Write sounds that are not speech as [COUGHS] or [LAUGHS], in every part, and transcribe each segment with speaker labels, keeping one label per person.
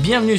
Speaker 1: Bienvenue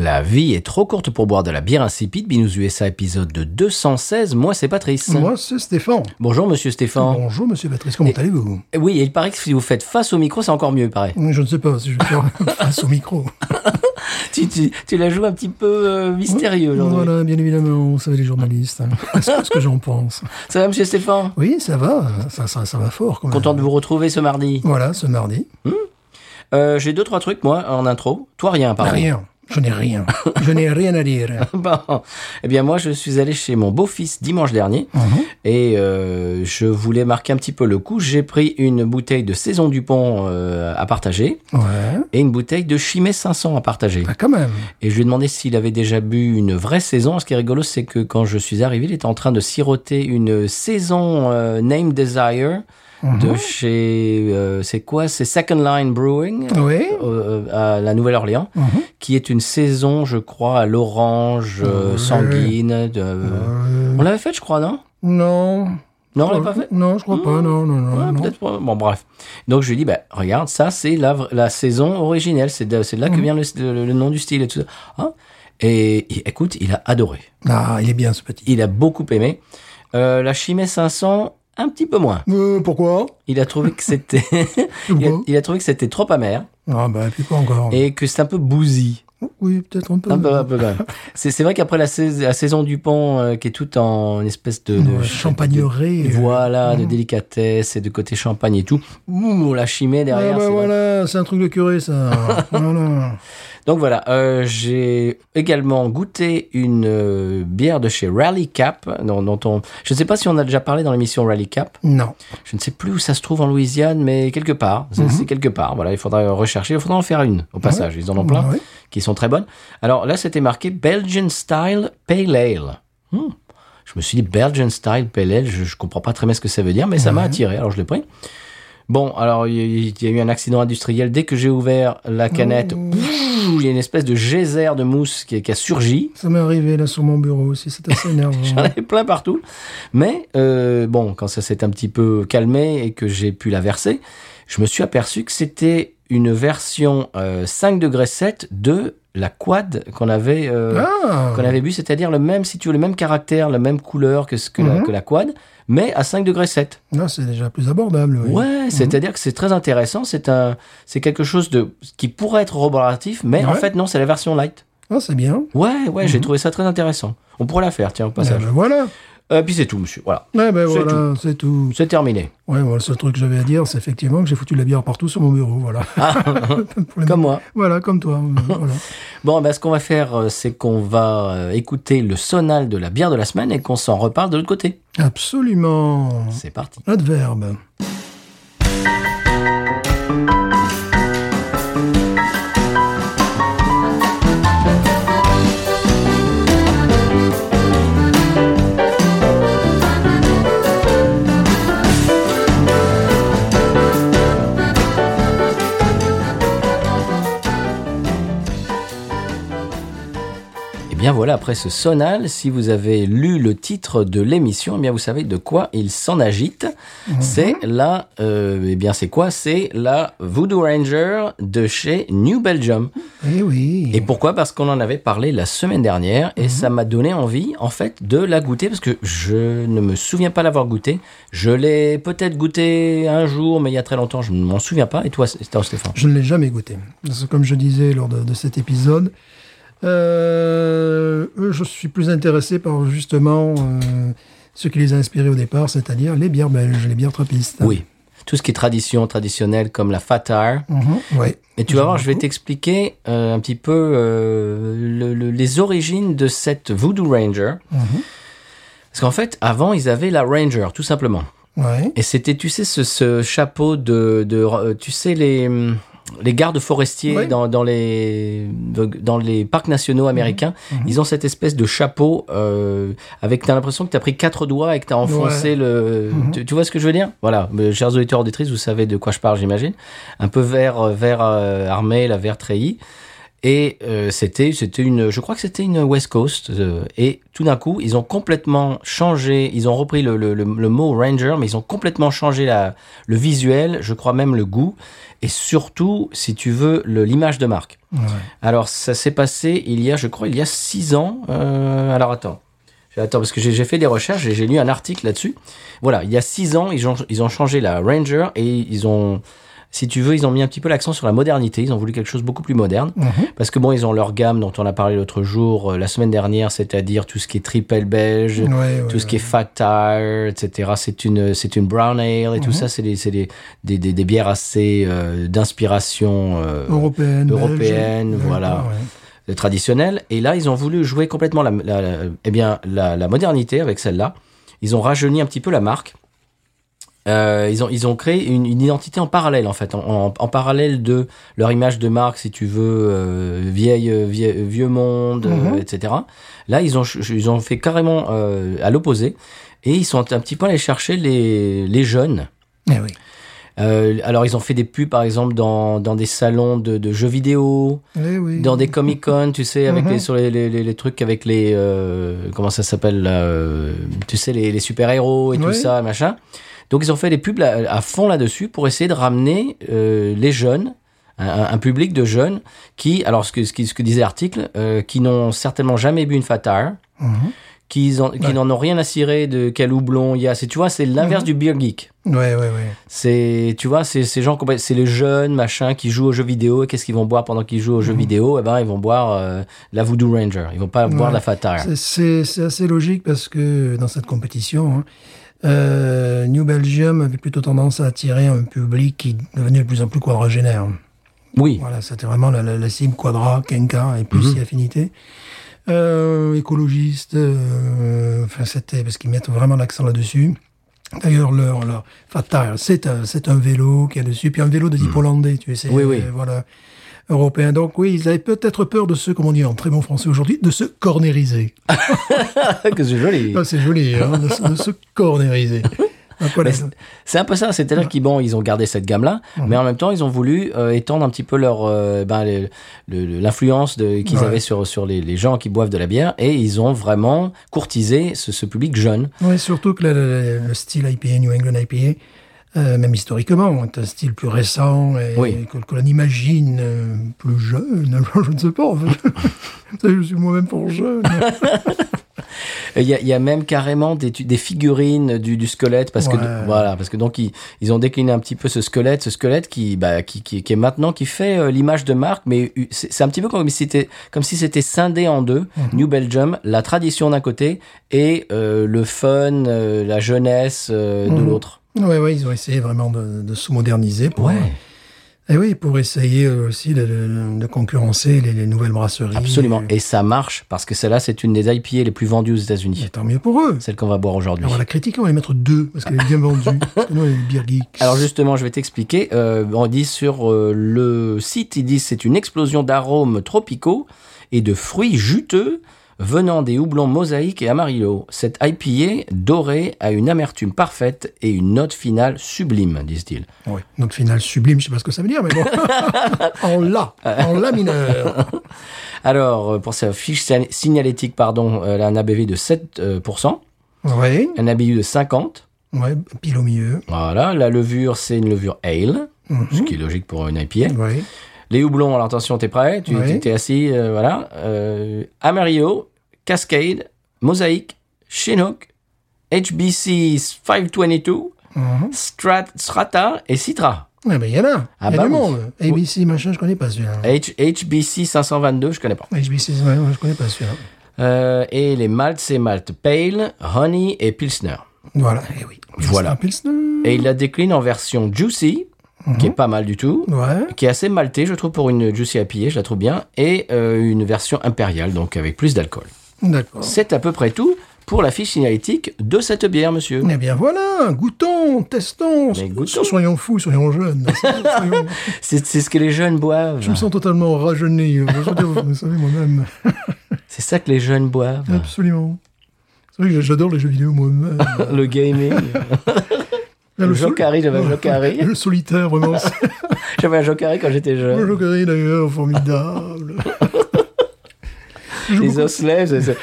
Speaker 1: La vie est trop courte pour boire de la bière insipide. Binous USA épisode de 216. Moi, c'est Patrice.
Speaker 2: Moi, c'est Stéphane.
Speaker 1: Bonjour, monsieur Stéphane.
Speaker 2: Bonjour, monsieur Patrice, comment allez-vous
Speaker 1: Eh Oui, Ah. et il paraît que si vous faites face au micro, c'est encore mieux, il
Speaker 2: [LAUGHS]
Speaker 1: paraît.
Speaker 2: Je ne sais pas si je
Speaker 1: [LAUGHS]
Speaker 2: vais faire face au micro.
Speaker 1: Tu, tu, tu la joues un petit peu euh, mystérieux aujourd'hui.
Speaker 2: Voilà, bien évidemment, vous savez, les
Speaker 1: [LAUGHS]
Speaker 2: journalistes. hein. C'est ce que j'en pense.
Speaker 1: Ça va, monsieur Stéphane
Speaker 2: Oui, ça va, ça, ça, ça va fort quand même.
Speaker 1: Content de vous retrouver ce mardi.
Speaker 2: Voilà, ce mardi.
Speaker 1: Euh, J'ai deux, trois trucs, moi, en intro. Toi, rien, pardon.
Speaker 2: Rien. Je n'ai rien. Je n'ai rien à dire.
Speaker 1: [LAUGHS] Bon. Eh bien, moi, je suis allé chez mon beau-fils dimanche dernier et euh, je voulais marquer un petit peu le coup. J'ai pris une bouteille de Saison Dupont euh, à partager
Speaker 2: Ouais.
Speaker 1: et une bouteille de Chimay 500 à partager.
Speaker 2: Ah, quand même.
Speaker 1: Et je lui ai demandé s'il avait déjà bu une vraie saison. Ce qui est rigolo, c'est que quand je suis arrivé, il était en train de siroter une saison euh, Name Desire de chez... euh, c'est quoi C'est Second Line Brewing
Speaker 2: Oui.
Speaker 1: euh, euh, à la Nouvelle-Orléans,
Speaker 2: Mhm.
Speaker 1: qui est une saison, je crois, à l'orange euh,
Speaker 2: Ouais.
Speaker 1: sanguine. de- On l'avait faite, je crois, non
Speaker 2: Euh, Non.
Speaker 1: Non, on l'avait pas faite
Speaker 2: Non, je crois pas. Non, non, non.
Speaker 1: Ouais,
Speaker 2: non.
Speaker 1: peut-être pas. Bon, bref. Donc, je lui dis, bah, regarde, ça, c'est la, vra- la saison originelle. C'est de, c'est de là
Speaker 2: Mhm.
Speaker 1: que vient le, le- le nom du style et tout ça. Hein et, il- écoute, il a adoré.
Speaker 2: Ah, il est bien ce petit.
Speaker 1: Il a beaucoup aimé. Euh, la Chimay 500, un petit peu moins.
Speaker 2: Euh, pourquoi
Speaker 1: Il a trouvé
Speaker 2: [LAUGHS]
Speaker 1: que c'était, il, a,
Speaker 2: Pourquoi
Speaker 1: il a trouvé que c'était trop amer
Speaker 2: Ah, bah, puis quoi encore
Speaker 1: et Ah, bah, que c'est un peu bousy.
Speaker 2: Oui, peut-être un peu.
Speaker 1: Un peu, un peu quand même. [LAUGHS] C'est, c'est vrai qu'après la, saison, la saison Dupont, euh, qui est toute en espèce de, de
Speaker 2: Ouais, Mmh. champagneré.
Speaker 1: de- voilà, de délicatesse et de côté champagne et tout. Ouh, la chimée
Speaker 2: Ah
Speaker 1: derrière.
Speaker 2: bah
Speaker 1: c'est vrai.
Speaker 2: voilà, c'est un truc de curé ça.
Speaker 1: [LAUGHS]
Speaker 2: voilà.
Speaker 1: Donc voilà, euh, j'ai également goûté une euh, bière de chez Rally Cap, dont, dont on, je ne sais pas si on a déjà parlé dans l'émission Rally Cap.
Speaker 2: Non.
Speaker 1: Je ne sais plus où ça se trouve en Louisiane, mais quelque part.
Speaker 2: Mmh.
Speaker 1: C'est c'est quelque part. Voilà, il faudra rechercher. Il faudra en faire une au passage. Ils en ont plein
Speaker 2: Ouais.
Speaker 1: qui sont très bonnes. Alors là, c'était marqué Belgian Style Pale Ale. Hmm. Je me suis dit Belgian Style Pale Ale. Je, ne comprends pas très bien ce que ça veut dire, mais ça m'a attiré. Alors je l'ai pris. Bon, alors il y, il y a eu un accident industriel. Dès que j'ai ouvert la canette, ouh, il y a une espèce de geyser de mousse qui, qui a surgi.
Speaker 2: Ça m'est arrivé là sur mon bureau aussi, c'est
Speaker 1: [LAUGHS]
Speaker 2: assez énervant.
Speaker 1: J'en avais plein partout. Mais euh, bon, quand ça s'est un petit peu calmé et que j'ai pu la verser, je me suis aperçu que c'était une version 5 degrés 7 de la quad qu'on avait, euh,
Speaker 2: Ah
Speaker 1: qu'on avait bu, c'est-à-dire le même, si tu veux, le même caractère, la même couleur que, ce que, la,
Speaker 2: Mhm.
Speaker 1: que la quad, mais à 5 degrés 7.
Speaker 2: Là, Ah, c'est déjà plus abordable. oui. Mhm.
Speaker 1: Ouais, c'est-à-dire que c'est très intéressant, c'est un, c'est quelque chose de, qui pourrait être roboratif, mais en
Speaker 2: Ouais. Mhm.
Speaker 1: fait non, c'est la version light.
Speaker 2: Ah, c'est bien.
Speaker 1: Ouais, ouais, j'ai trouvé ça très intéressant. On pourrait la faire, tiens, au
Speaker 2: Ah,
Speaker 1: passage.
Speaker 2: bah, voilà.
Speaker 1: Euh, puis c'est tout, monsieur, voilà.
Speaker 2: Ouais, ben
Speaker 1: C'est
Speaker 2: voilà, c'est tout.
Speaker 1: C'est terminé.
Speaker 2: Ouais, voilà, le seul truc que j'avais à dire, c'est effectivement que j'ai foutu de la bière partout sur mon bureau.
Speaker 1: [LAUGHS]
Speaker 2: Voilà. Pour les-
Speaker 1: Ah. Comme moi.
Speaker 2: Voilà, comme toi.
Speaker 1: [LAUGHS]
Speaker 2: voilà.
Speaker 1: Bon, ben, ce qu'on va faire, euh, c'est qu'on va euh, écouter le sonal de la bière de la semaine et qu'on s'en reparle de l'autre côté.
Speaker 2: Absolument.
Speaker 1: C'est parti.
Speaker 2: Adverbe.
Speaker 1: Et bien voilà, après ce sonal, si vous avez lu le titre de l'émission, eh bien vous savez de quoi il s'en agite. C'est la, euh, eh bien c'est quoi C'est la Voodoo Ranger de chez New Belgium.
Speaker 2: Eh oui.
Speaker 1: Et pourquoi Parce qu'on en avait parlé la semaine dernière et ça m'a donné envie, en fait, de la goûter parce que je ne me souviens pas l'avoir goûtée. Je l'ai peut-être goûtée un jour, mais il y a très longtemps, je ne m'en souviens pas. Et toi, c'est- toi, Stéphane
Speaker 2: Je ne l'ai jamais goûté. Parce que comme je disais lors de, de cet épisode, euh, eux, je suis plus intéressé par justement euh, ce qui les a inspirés au départ, c'est-à-dire les bières belges, les bières trappistes.
Speaker 1: Oui. Tout ce qui est tradition, traditionnelle, comme la fatar.
Speaker 2: Mhm, oui.
Speaker 1: Et tu vas voir, je vais t'expliquer euh, un petit peu euh, le- le- les origines de cette Voodoo Ranger. Parce qu'en fait, avant, ils avaient la Ranger, tout simplement.
Speaker 2: Ouais.
Speaker 1: Et c'était, tu sais, ce, ce chapeau de, de- euh, Tu sais, les. hum, les gardes forestiers
Speaker 2: Oui.
Speaker 1: dans, dans les, dans les parcs nationaux américains, ils ont cette espèce de chapeau euh, avec, t'as l'impression que t'as pris quatre doigts et que t'as enfoncé le. tu, tu vois ce que je veux dire Voilà, euh, chers auditeurs auditrices, vous savez de quoi je parle, j'imagine. Un peu vert, euh, vert euh, armé, la vert treillis. Et euh, c'était, c'était une, je crois que c'était une West Coast. euh, et tout d'un coup, ils ont complètement changé. Ils ont repris le, le, le, le mot ranger, mais ils ont complètement changé la, le visuel. Je crois même le goût et surtout, si tu veux, le- l'image de marque.
Speaker 2: Ouais.
Speaker 1: Alors, ça s'est passé il y a, je crois, il y a six ans. euh, alors, attends. Attends, parce que j'ai j'ai fait des recherches et j'ai lu un article là-dessus. Voilà, il y a six ans, ils ont, ils ont changé la Ranger et ils ont, si tu veux, ils ont mis un petit peu l'accent sur la modernité. Ils ont voulu quelque chose de beaucoup plus moderne.
Speaker 2: Mhm.
Speaker 1: Parce que bon, ils ont leur gamme dont on a parlé l'autre jour, euh, la semaine dernière, c'est-à-dire tout ce qui est triple belge,
Speaker 2: Ouais, ouais,
Speaker 1: tout ce qui est fat tire, etc. C'est une, c'est une brown ale et tout ça, c'est des, c'est des, des, des- des bières assez euh, d'inspiration euh,
Speaker 2: Européenne. belge.
Speaker 1: européenne, voilà.
Speaker 2: ouais.
Speaker 1: traditionnelle. euh, Et là, ils ont voulu jouer complètement la, la- la- eh bien, la, la modernité avec celle-là. Ils ont rajeuni un petit peu la marque. Euh, ils, ont, ils ont créé une, une identité en parallèle en fait, en, en- en parallèle de leur image de marque, si tu veux, euh, vieille, euh, vieille- vieux monde, euh,
Speaker 2: Mhm.
Speaker 1: etc. Là, ils ont, ch- ils ont fait carrément euh, à l'opposé et ils sont un petit peu allés chercher les, les jeunes.
Speaker 2: Eh oui.
Speaker 1: Euh, alors, ils ont fait des pubs, par exemple, dans, dans des salons de, de jeux vidéo,
Speaker 2: Eh oui.
Speaker 1: dans des Comic Con, tu sais, avec
Speaker 2: Mhm.
Speaker 1: les, sur les, les, les- les trucs avec les. euh, comment ça s'appelle là, euh, Tu sais, les, les super-héros et tout
Speaker 2: Oui.
Speaker 1: ça, machin. Donc, ils ont fait des pubs là- à fond là-dessus pour essayer de ramener euh, les jeunes. Un, un- un public de jeunes qui, alors ce que, ce, qui- ce que disait l'article, euh, qui n'ont certainement jamais bu une fatare,
Speaker 2: Mhm.
Speaker 1: qui n'en qui
Speaker 2: Ouais. Mhm.
Speaker 1: n'en ont rien à cirer de quel houblon il y a. C'est- Tu vois, c'est l'inverse du beer geek.
Speaker 2: Ouais, ouais, ouais.
Speaker 1: C'est, tu vois, c'est ces gens, complè- c'est les jeunes, machin, qui jouent aux jeux vidéo. Et qu'est-ce qu'ils vont boire pendant qu'ils jouent aux
Speaker 2: Mhm.
Speaker 1: jeux vidéo Eh ben, ils vont boire euh, la Voodoo Ranger. Ils vont pas boire
Speaker 2: Ouais.
Speaker 1: de la Fatare.
Speaker 2: C'est- C'est c'est assez logique parce que dans cette compétition, hein, euh, New Belgium avait plutôt tendance à attirer un public qui devenait de plus en plus quadragénaire.
Speaker 1: Oui.
Speaker 2: Voilà, c'était vraiment la, la- la cible quadra, kenka et plus
Speaker 1: Mhm.
Speaker 2: si affinité. Euh, écologiste, euh, enfin c'était parce qu'ils mettent vraiment l'accent là-dessus. D'ailleurs, leur, leur Fat Tire, c'est un, c'est un vélo qu'il y a dessus, puis un vélo de type hollandais, tu sais.
Speaker 1: Mhm.
Speaker 2: euh,
Speaker 1: Oui, oui.
Speaker 2: voilà, européen. Donc oui, ils avaient peut-être peur de ceux, comme on dit en très bon français aujourd'hui, de se cornériser.
Speaker 1: [LAUGHS] que c'est joli.
Speaker 2: Ah, c'est joli, hein, de, se- de se
Speaker 1: [LAUGHS]
Speaker 2: cornériser. Donc, voilà.
Speaker 1: Mais c'est- C'est un peu ça. C'est-à-dire qu'ils, bon, ils ont gardé cette gamme-là,
Speaker 2: Mhm.
Speaker 1: mais en même temps, ils ont voulu euh, étendre un petit peu leur, euh, ben, le- le- le- l'influence de- qu'ils
Speaker 2: Ouais.
Speaker 1: avaient sur, sur les, les gens qui boivent de la bière et ils ont vraiment courtisé ce, ce public jeune.
Speaker 2: Oui, surtout que le, le- le style IPA, New England IPA, euh, même historiquement, est un style plus récent et
Speaker 1: Oui.
Speaker 2: que, que l'on imagine euh, plus jeune. [LAUGHS] Je ne sais pas.
Speaker 1: [LAUGHS]
Speaker 2: en fait. je suis moi-même pour jeune.
Speaker 1: Et Il y, a- il y a même carrément des, tu- des figurines du, du squelette parce que
Speaker 2: Ouais.
Speaker 1: voilà parce que donc ils, ils ont décliné un petit peu ce squelette ce squelette qui bah, qui, qui, qui est maintenant qui fait euh, l'image de marque mais euh, c'est c'est un petit peu comme si c'était comme si c'était scindé en deux
Speaker 2: Mhm.
Speaker 1: New Belgium la tradition d'un côté et euh, le fun euh, la jeunesse euh, de
Speaker 2: Mhm.
Speaker 1: l'autre
Speaker 2: Oui, ouais, ils ont essayé vraiment de, de se moderniser. Pour, Et oui, pour essayer euh, aussi de, de- de concurrencer les, les nouvelles brasseries.
Speaker 1: absolument
Speaker 2: Et,
Speaker 1: et ça marche parce que celle-là c'est une des IPA les plus vendues aux États-Unis
Speaker 2: et tant mieux pour eux.
Speaker 1: celle qu'on va boire aujourd'hui
Speaker 2: Alors, la critique, on va les mettre deux, parce qu'elle est bien
Speaker 1: [LAUGHS]
Speaker 2: vendue. Parce que nous, on est des beer geeks.
Speaker 1: Alors justement, je vais t'expliquer. Euh, on dit sur euh, le site, ils disent c'est une explosion d'arômes tropicaux et de fruits juteux venant des houblons mosaïques et amarillo. Cette IPA dorée a une amertume parfaite et une note finale sublime, disent-ils.
Speaker 2: Oui. Donc, final sublime, je sais pas ce que ça veut dire,
Speaker 1: [LAUGHS]
Speaker 2: mais bon. en la, en la mineur.
Speaker 1: Alors, euh, pour sa fiche sa- signalétique, pardon, elle a un ABV de 7%, euh,
Speaker 2: Oui,
Speaker 1: un ABU de 50%.
Speaker 2: ouais, pile au milieu.
Speaker 1: Voilà, la levure, c'est une levure ale,
Speaker 2: Mhm.
Speaker 1: ce qui est logique pour une IPA.
Speaker 2: Ouais.
Speaker 1: Les houblons, alors attention, t'es prêt, tu
Speaker 2: Oui.
Speaker 1: t'es- t'es assis, euh, voilà. Euh, Amarillo, Cascade, Mosaic, Chinook, HBC 522,
Speaker 2: Mhm.
Speaker 1: Strat, Strata et Citra.
Speaker 2: Ah ben, il y en a.
Speaker 1: Ah
Speaker 2: il y a
Speaker 1: bah
Speaker 2: du
Speaker 1: oui.
Speaker 2: monde. ABC, machin, je connais pas celui-là.
Speaker 1: H- HBC 522, je connais pas.
Speaker 2: HBC, ouais, ouais, je connais pas celui-là.
Speaker 1: Euh, et les maltes, c'est malt pale, honey et pilsner.
Speaker 2: Voilà, eh oui. Pilsner,
Speaker 1: Voilà.
Speaker 2: Pilsner.
Speaker 1: Et il la décline en version juicy, qui est pas mal du tout,
Speaker 2: Ouais.
Speaker 1: qui est assez maltée, je trouve, pour une juicy IPA, je la trouve bien, et euh, une version impériale, donc avec plus d'alcool.
Speaker 2: D'accord.
Speaker 1: C'est à peu près tout pour la fiche signalétique de cette bière, monsieur.
Speaker 2: Eh bien voilà, goûtons, testons,
Speaker 1: Mais goûtons.
Speaker 2: soyons fous,
Speaker 1: [LAUGHS]
Speaker 2: soyons jeunes. soyons-
Speaker 1: C'est c'est ce que les jeunes boivent.
Speaker 2: Je me sens totalement rajeuni, je veux dire, vous savez moi-même,
Speaker 1: C'est ça que les jeunes boivent.
Speaker 2: absolument. C'est vrai que j'adore les jeux vidéo moi-même.
Speaker 1: [LAUGHS] le gaming.
Speaker 2: [LAUGHS] Là,
Speaker 1: Le
Speaker 2: sol-
Speaker 1: Jokari, j'avais un Jokari.
Speaker 2: Le solitaire,
Speaker 1: [LAUGHS]
Speaker 2: vraiment. c'est-
Speaker 1: J'avais un jokari quand j'étais
Speaker 2: Le
Speaker 1: jeune.
Speaker 2: Jokari, d'ailleurs,
Speaker 1: [LAUGHS]
Speaker 2: formidable. Je joue
Speaker 1: Les
Speaker 2: beaucoup-
Speaker 1: osselets, c'est-
Speaker 2: [LAUGHS]
Speaker 1: c'est-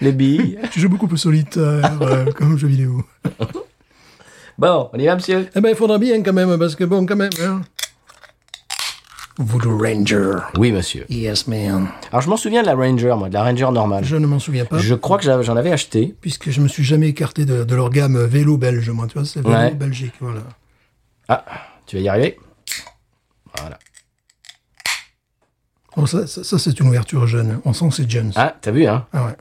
Speaker 1: les billes.
Speaker 2: je joue beaucoup au solitaire
Speaker 1: [LAUGHS]
Speaker 2: euh, comme jeu vidéo.
Speaker 1: Bon, on y va, monsieur
Speaker 2: Eh ben, il faudra bien quand même, parce que bon, quand même. Hein. Voodoo Ranger.
Speaker 1: Oui, monsieur.
Speaker 2: Yes, man.
Speaker 1: Alors, je m'en souviens de la Ranger, moi, de la Ranger normale.
Speaker 2: Je ne m'en souviens pas,
Speaker 1: Je crois que j'avais- j'en avais acheté.
Speaker 2: puisque je me suis jamais écarté de, de leur gamme vélo belge, moi, tu vois, c'est vélo
Speaker 1: Ouais.
Speaker 2: belgique, voilà.
Speaker 1: Ah, tu vas y arriver Voilà.
Speaker 2: Bon, ça, ça, ça, c'est une ouverture jeune. On sent que c'est jeune. ça.
Speaker 1: Ah, t'as vu, hein
Speaker 2: Ah ouais.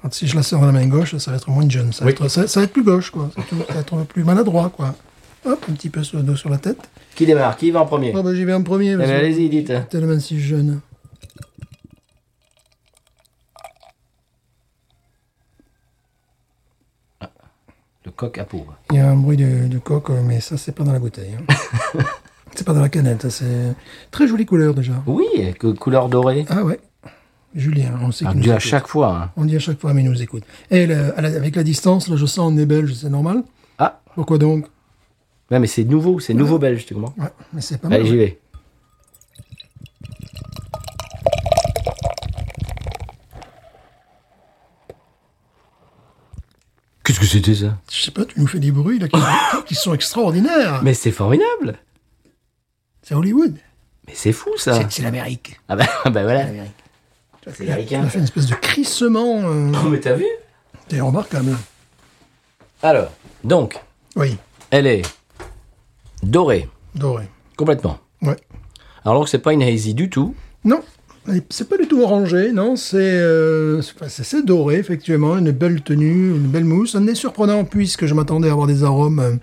Speaker 2: Quand si je la sors à la main gauche, ça va être moins jeune. Ça va,
Speaker 1: Oui.
Speaker 2: être, ça, ça va être plus gauche, quoi. Ça va être- ça va être plus maladroit, quoi. Hop, un petit peu sur le dos sur la tête.
Speaker 1: Qui démarre Qui va en premier
Speaker 2: Oh, bah, j'y vais en premier.
Speaker 1: Eh
Speaker 2: parce
Speaker 1: ben,
Speaker 2: que
Speaker 1: Allez-y, dites.
Speaker 2: Tellement si jeune.
Speaker 1: Le coq à peau.
Speaker 2: Il y a un bruit de, de coq, euh, mais ça, c'est pas dans la bouteille.
Speaker 1: [LAUGHS]
Speaker 2: hein. c'est pas dans la canette. ça, C'est très jolie couleur, déjà.
Speaker 1: Oui, que couleur dorée.
Speaker 2: Ah ouais. Julien, on sait
Speaker 1: Ah,
Speaker 2: qu'il nous
Speaker 1: Dieu, à
Speaker 2: écoute.
Speaker 1: chaque fois. hein.
Speaker 2: On dit à chaque fois, mais il nous écoute. Et le- à la- avec la distance, là, je sens on est belge, c'est normal.
Speaker 1: Ah,
Speaker 2: Pourquoi donc
Speaker 1: ouais, mais c'est nouveau, c'est nouveau belge, tu comprends
Speaker 2: Ouais, mais c'est pas mal.
Speaker 1: Allez, j'y vais. Qu'est-ce que c'était ça
Speaker 2: Je sais pas, tu nous fais des bruits là, qui, qui sont extraordinaires.
Speaker 1: Mais c'est formidable
Speaker 2: C'est Hollywood.
Speaker 1: Mais c'est fou ça
Speaker 2: C'est- C'est l'Amérique.
Speaker 1: Ah bah, [LAUGHS] bah voilà C'est
Speaker 2: On
Speaker 1: américain
Speaker 2: a fait une espèce de crissement. euh,
Speaker 1: Oh, mais t'as vu
Speaker 2: C'est remarquable.
Speaker 1: Alors, donc,
Speaker 2: Oui,
Speaker 1: elle est dorée,
Speaker 2: doré.
Speaker 1: complètement.
Speaker 2: Ouais.
Speaker 1: Alors donc c'est pas une hazy du tout.
Speaker 2: Non, c'est pas du tout orangé, non. C'est euh, c'est- enfin, c'est- c'est doré, effectivement. Une belle tenue, une belle mousse. Un nez surprenant, puisque je m'attendais à avoir des arômes euh,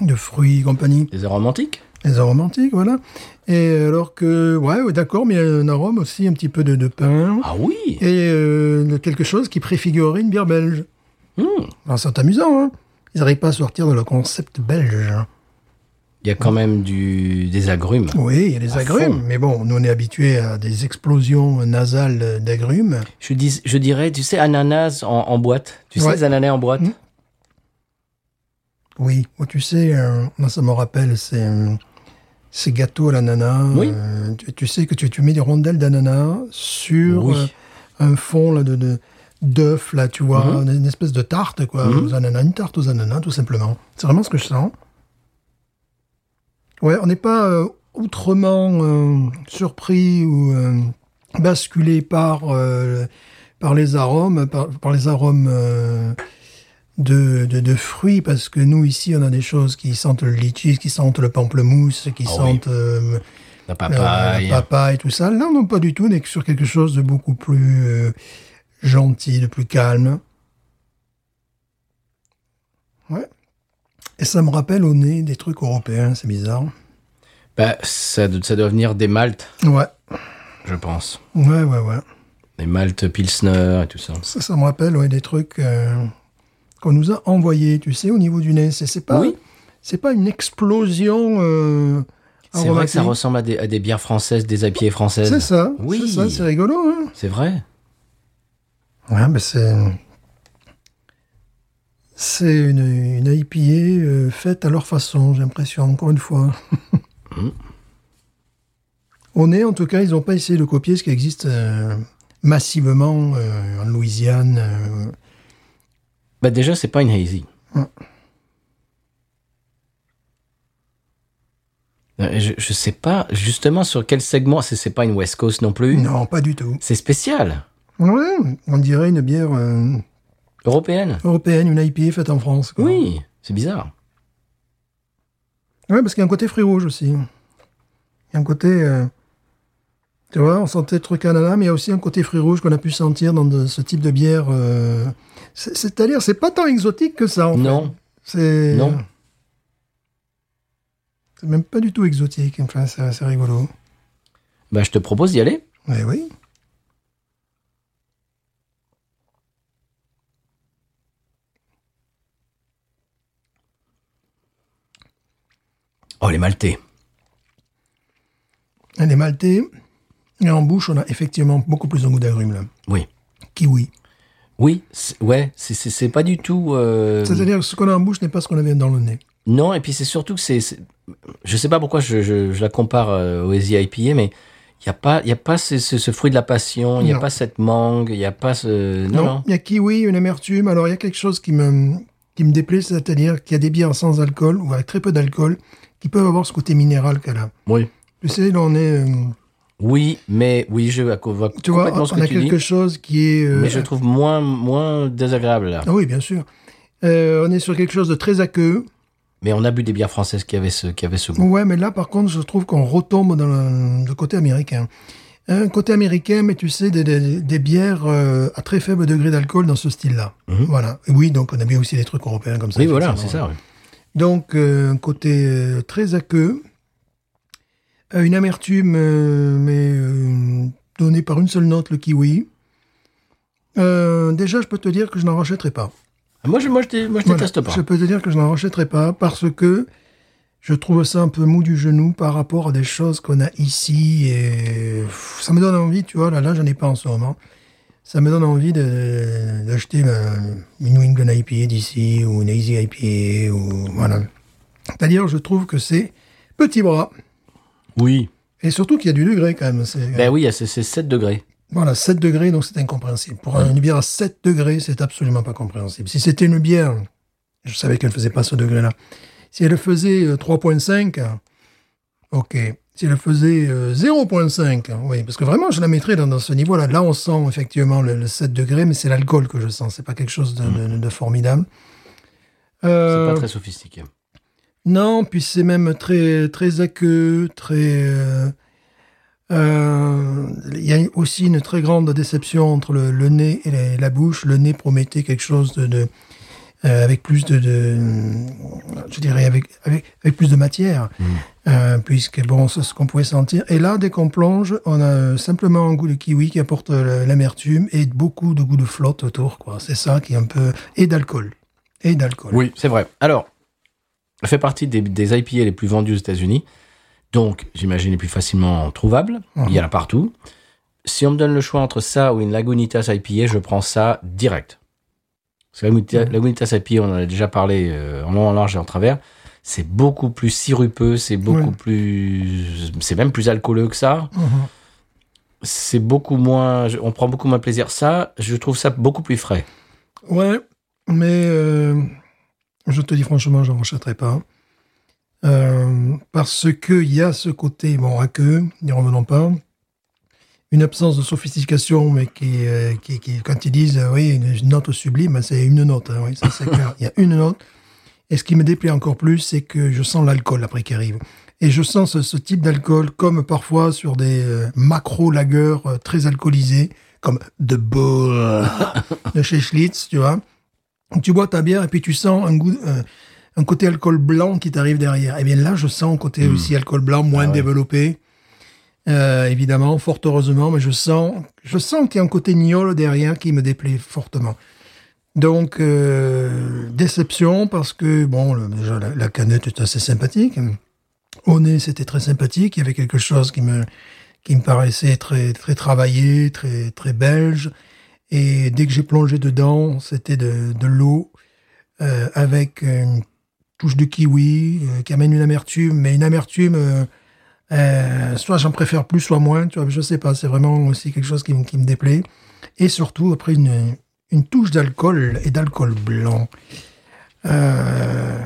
Speaker 2: de fruits et compagnie.
Speaker 1: Les arômes antiques
Speaker 2: Des arômes antiques, voilà. Et alors que, ouais, ouais, d'accord, mais il y a un arôme aussi un petit peu de, de pain.
Speaker 1: Ah oui
Speaker 2: Et euh, de quelque chose qui préfigurait une bière belge.
Speaker 1: Hmm.
Speaker 2: Alors, c'est amusant, hein. Ils n'arrivent pas à sortir de leur concept belge. hein.
Speaker 1: Il y a quand même du... des agrumes.
Speaker 2: Oui, il y a des
Speaker 1: À
Speaker 2: agrumes,
Speaker 1: fond.
Speaker 2: mais bon, nous on est habitués à des explosions nasales d'agrumes.
Speaker 1: Je, dis, je dirais, tu sais, ananas en, en boîte. Tu sais,
Speaker 2: Ouais.
Speaker 1: les ananas en boîte
Speaker 2: Mm. Oui, moi tu sais, euh, moi ça me rappelle ces, euh, ces gâteaux à l'ananas.
Speaker 1: Oui.
Speaker 2: Euh, tu, tu sais que tu, tu mets des rondelles d'ananas sur
Speaker 1: Oui.
Speaker 2: euh, un fond là, de, de- d'œuf, là, tu vois,
Speaker 1: Mhm.
Speaker 2: une- une espèce de tarte, quoi,
Speaker 1: Mhm.
Speaker 2: aux ananas, une tarte aux ananas, tout simplement. C'est vraiment ce que je sens. Ouais, on n'est pas euh, outrement euh, surpris ou euh, basculé par, euh, par les arômes, par, par les arômes euh, de, de, de fruits, parce que nous, ici, on a des choses qui sentent le litchi, qui sentent le pamplemousse, qui
Speaker 1: Ah oui.
Speaker 2: sentent euh,
Speaker 1: La
Speaker 2: euh,
Speaker 1: papaye.
Speaker 2: la papaye, tout ça. Là, non, pas du tout. On est sur quelque chose de beaucoup plus euh, gentil, de plus calme. Ouais. Et ça me rappelle au nez des trucs européens, c'est bizarre.
Speaker 1: Bah, ça, doit- ça doit venir des maltes,
Speaker 2: Ouais,
Speaker 1: je pense.
Speaker 2: ouais, ouais, ouais.
Speaker 1: Des maltes pilsner et tout ça.
Speaker 2: Ça, ça me rappelle ouais, des trucs euh, qu'on nous a envoyés, tu sais, au niveau du nez. C'est c'est pas,
Speaker 1: Oui.
Speaker 2: c'est pas une explosion. euh,
Speaker 1: C'est vrai que ça
Speaker 2: aromatique.
Speaker 1: ressemble à des, à des bières françaises, des IPA françaises.
Speaker 2: C'est ça.
Speaker 1: Oui.
Speaker 2: C'est ça, c'est rigolo. Hein
Speaker 1: C'est vrai.
Speaker 2: Ouais, ben c'est. C'est une, une IPA euh, faite à leur façon, j'ai l'impression, encore une fois.
Speaker 1: Hum.
Speaker 2: [LAUGHS] On est, en tout cas, ils n'ont pas essayé de copier ce qui existe euh, massivement euh, en Louisiane. euh.
Speaker 1: Bah, déjà, c'est pas une hazy.
Speaker 2: Ouais.
Speaker 1: Euh, Je, je sais pas justement sur quel segment. C'est c'est pas une West Coast non plus.
Speaker 2: Non, pas du tout.
Speaker 1: C'est spécial.
Speaker 2: Ouais, on dirait une bière euh,
Speaker 1: Européenne.
Speaker 2: européenne, une IPA faite en France. quoi.
Speaker 1: Oui, c'est bizarre.
Speaker 2: Ouais, parce qu'il y a un côté fruit rouge aussi. Il y a un côté. euh, tu vois, on sentait le truc ananas, mais il y a aussi un côté fruit rouge qu'on a pu sentir dans de- ce type de bière. euh, c'est- C'est-à-dire, c'est pas tant exotique que ça, en
Speaker 1: Non.
Speaker 2: fait. C'est.
Speaker 1: Non.
Speaker 2: C'est même pas du tout exotique. Enfin, c'est c'est rigolo.
Speaker 1: Bah, je te propose d'y aller.
Speaker 2: Mais oui.
Speaker 1: elle est maltée.
Speaker 2: Elle est maltée. Et en bouche, on a effectivement beaucoup plus de goût d'agrumes, là.
Speaker 1: Oui.
Speaker 2: Kiwi.
Speaker 1: Oui, c'est- ouais, c'est- c'est c'est pas du tout. euh,
Speaker 2: C'est-à-dire que ce qu'on a en bouche n'est pas ce qu'on avait dans le nez.
Speaker 1: Non, et puis c'est surtout que c'est. c'est- Je sais pas pourquoi je, je- je la compare euh, au Easy IPA, mais il n'y a pas, y a pas ce, ce- ce fruit de la passion, il n'y a
Speaker 2: Non.
Speaker 1: pas cette mangue, il n'y a pas ce. Non, non.
Speaker 2: il y a kiwi, une amertume. Alors, il y a quelque chose qui me, qui me déplaît, c'est-à-dire qu'il y a des bières sans alcool ou avec très peu d'alcool qui peuvent avoir ce côté minéral qu'elle a.
Speaker 1: Oui.
Speaker 2: Tu sais, là, on est. euh,
Speaker 1: Oui, mais oui, je vois
Speaker 2: tu
Speaker 1: complètement
Speaker 2: vois, on
Speaker 1: ce que
Speaker 2: a
Speaker 1: tu dis.
Speaker 2: quelque chose qui est. euh,
Speaker 1: Mais je trouve moins, moins désagréable là.
Speaker 2: Ah oui, bien sûr. Euh, on est sur quelque chose de très aqueux.
Speaker 1: Mais on a bu des bières françaises qui avaient ce, qui avaient ce goût.
Speaker 2: Ouais, mais là, par contre, je trouve qu'on retombe dans le, le côté américain. Un côté américain, mais tu sais, des, des- des bières euh, à très faible degré d'alcool dans ce style-là. Voilà. Et oui, donc on a bien aussi des trucs européens comme ça.
Speaker 1: Mhm. Oui, voilà, c'est
Speaker 2: effectivement.
Speaker 1: ça. oui.
Speaker 2: Donc, euh, un côté euh, très aqueux. Euh, une amertume, euh, mais euh, donnée par une seule note, le kiwi. Euh, déjà, je peux te dire que je n'en rachèterai pas.
Speaker 1: Moi, je moi, je, dé- moi, je
Speaker 2: Voilà.
Speaker 1: déteste pas.
Speaker 2: Je peux te dire que je n'en rachèterai pas parce que je trouve ça un peu mou du genou par rapport à des choses qu'on a ici et pff, ça me donne envie, tu vois, là, là, j'en ai pas en ce moment. Ça me donne envie de- d'acheter ben, une New England IPA d'ici ou une Easy IPA ou voilà. D'ailleurs, je trouve que c'est petit bras
Speaker 1: Oui.
Speaker 2: et surtout qu'il y a du degré quand même. C'est-
Speaker 1: Ben oui, c'est c'est 7 degrés.
Speaker 2: voilà, 7 degrés, donc c'est incompréhensible. Pour une bière à 7 degrés, c'est absolument pas compréhensible. Si c'était une bière, je savais qu'elle faisait pas ce degré-là. Si elle faisait euh, 3.5, ok. Si elle faisait euh, 0.5, oui, parce que vraiment, je la mettrais dans, dans ce niveau-là. Là, on sent effectivement le, le 7 degrés, mais c'est l'alcool que je sens. C'est pas quelque chose de, de- de formidable.
Speaker 1: Mm. C'est
Speaker 2: Euh,
Speaker 1: pas très sophistiqué.
Speaker 2: non, puis c'est même très très aqueux, très. euh, euh, Il y a aussi une très grande déception entre le, le nez et la, la bouche. Le nez promettait quelque chose de, de euh, avec plus de, de, je dirais avec avec, avec plus de matière, euh, puisque bon, c'est ce qu'on pouvait sentir. Et là, dès qu'on plonge, on a simplement un goût de kiwi qui apporte euh, l'amertume et beaucoup de goût de flotte autour. Quoi, c'est ça qui est un peu et d'alcool et d'alcool.
Speaker 1: Oui, c'est vrai. Alors, elle fait partie des, des IPA les plus vendus aux États-Unis. Donc, j'imagine les plus facilement trouvables. Il y en a partout. Si on me donne le choix entre ça ou une Lagunitas IPA, je prends ça direct. Parce que Lagunita- Lagunitas IPA, on en a déjà parlé euh, en long, en large et en travers. C'est beaucoup plus sirupeux, c'est beaucoup
Speaker 2: Ouais.
Speaker 1: plus. C'est même plus alcooleux que ça.
Speaker 2: Mhm.
Speaker 1: C'est beaucoup moins. je- On prend beaucoup moins de plaisir. Ça, je trouve ça beaucoup plus frais.
Speaker 2: Ouais, mais euh, je te dis franchement, je n'en rachèterai pas. Euh, parce qu'il y a ce côté, bon, aqueux, n'y revenons pas, une absence de sophistication, mais qui, euh, qui, qui- quand ils disent, euh, oui, une note sublime, c'est une note, hein, oui, ça c'est clair, il y a une note. Et ce qui me déplaît encore plus, c'est que je sens l'alcool après qui arrive. Et je sens ce, ce type d'alcool comme parfois sur des euh, macro-lagueurs euh, très alcoolisés, comme de Boer de chez Schlitz, tu vois. Tu bois ta bière et puis tu sens un goût, euh, un côté alcool blanc qui t'arrive derrière. Et bien là, je sens un côté aussi alcool blanc moins
Speaker 1: Ah ouais.
Speaker 2: développé, euh, évidemment, fort heureusement, mais je sens, je sens qu'il y a un côté niole derrière qui me déplaît fortement. Donc, euh, déception parce que, bon, le- déjà, la, la canette est assez sympathique. Au nez, c'était très sympathique. Il y avait quelque chose qui me, qui me paraissait très, très travaillé, très, très belge. Et dès que j'ai plongé dedans, c'était de, de l'eau euh, avec une touche de kiwi euh, qui amène une amertume, mais une amertume, euh, euh, soit j'en préfère plus, soit moins. Tu vois, je sais pas. C'est vraiment aussi quelque chose qui, me- qui me déplaît. Et surtout, après une, une touche d'alcool et d'alcool blanc. Euh,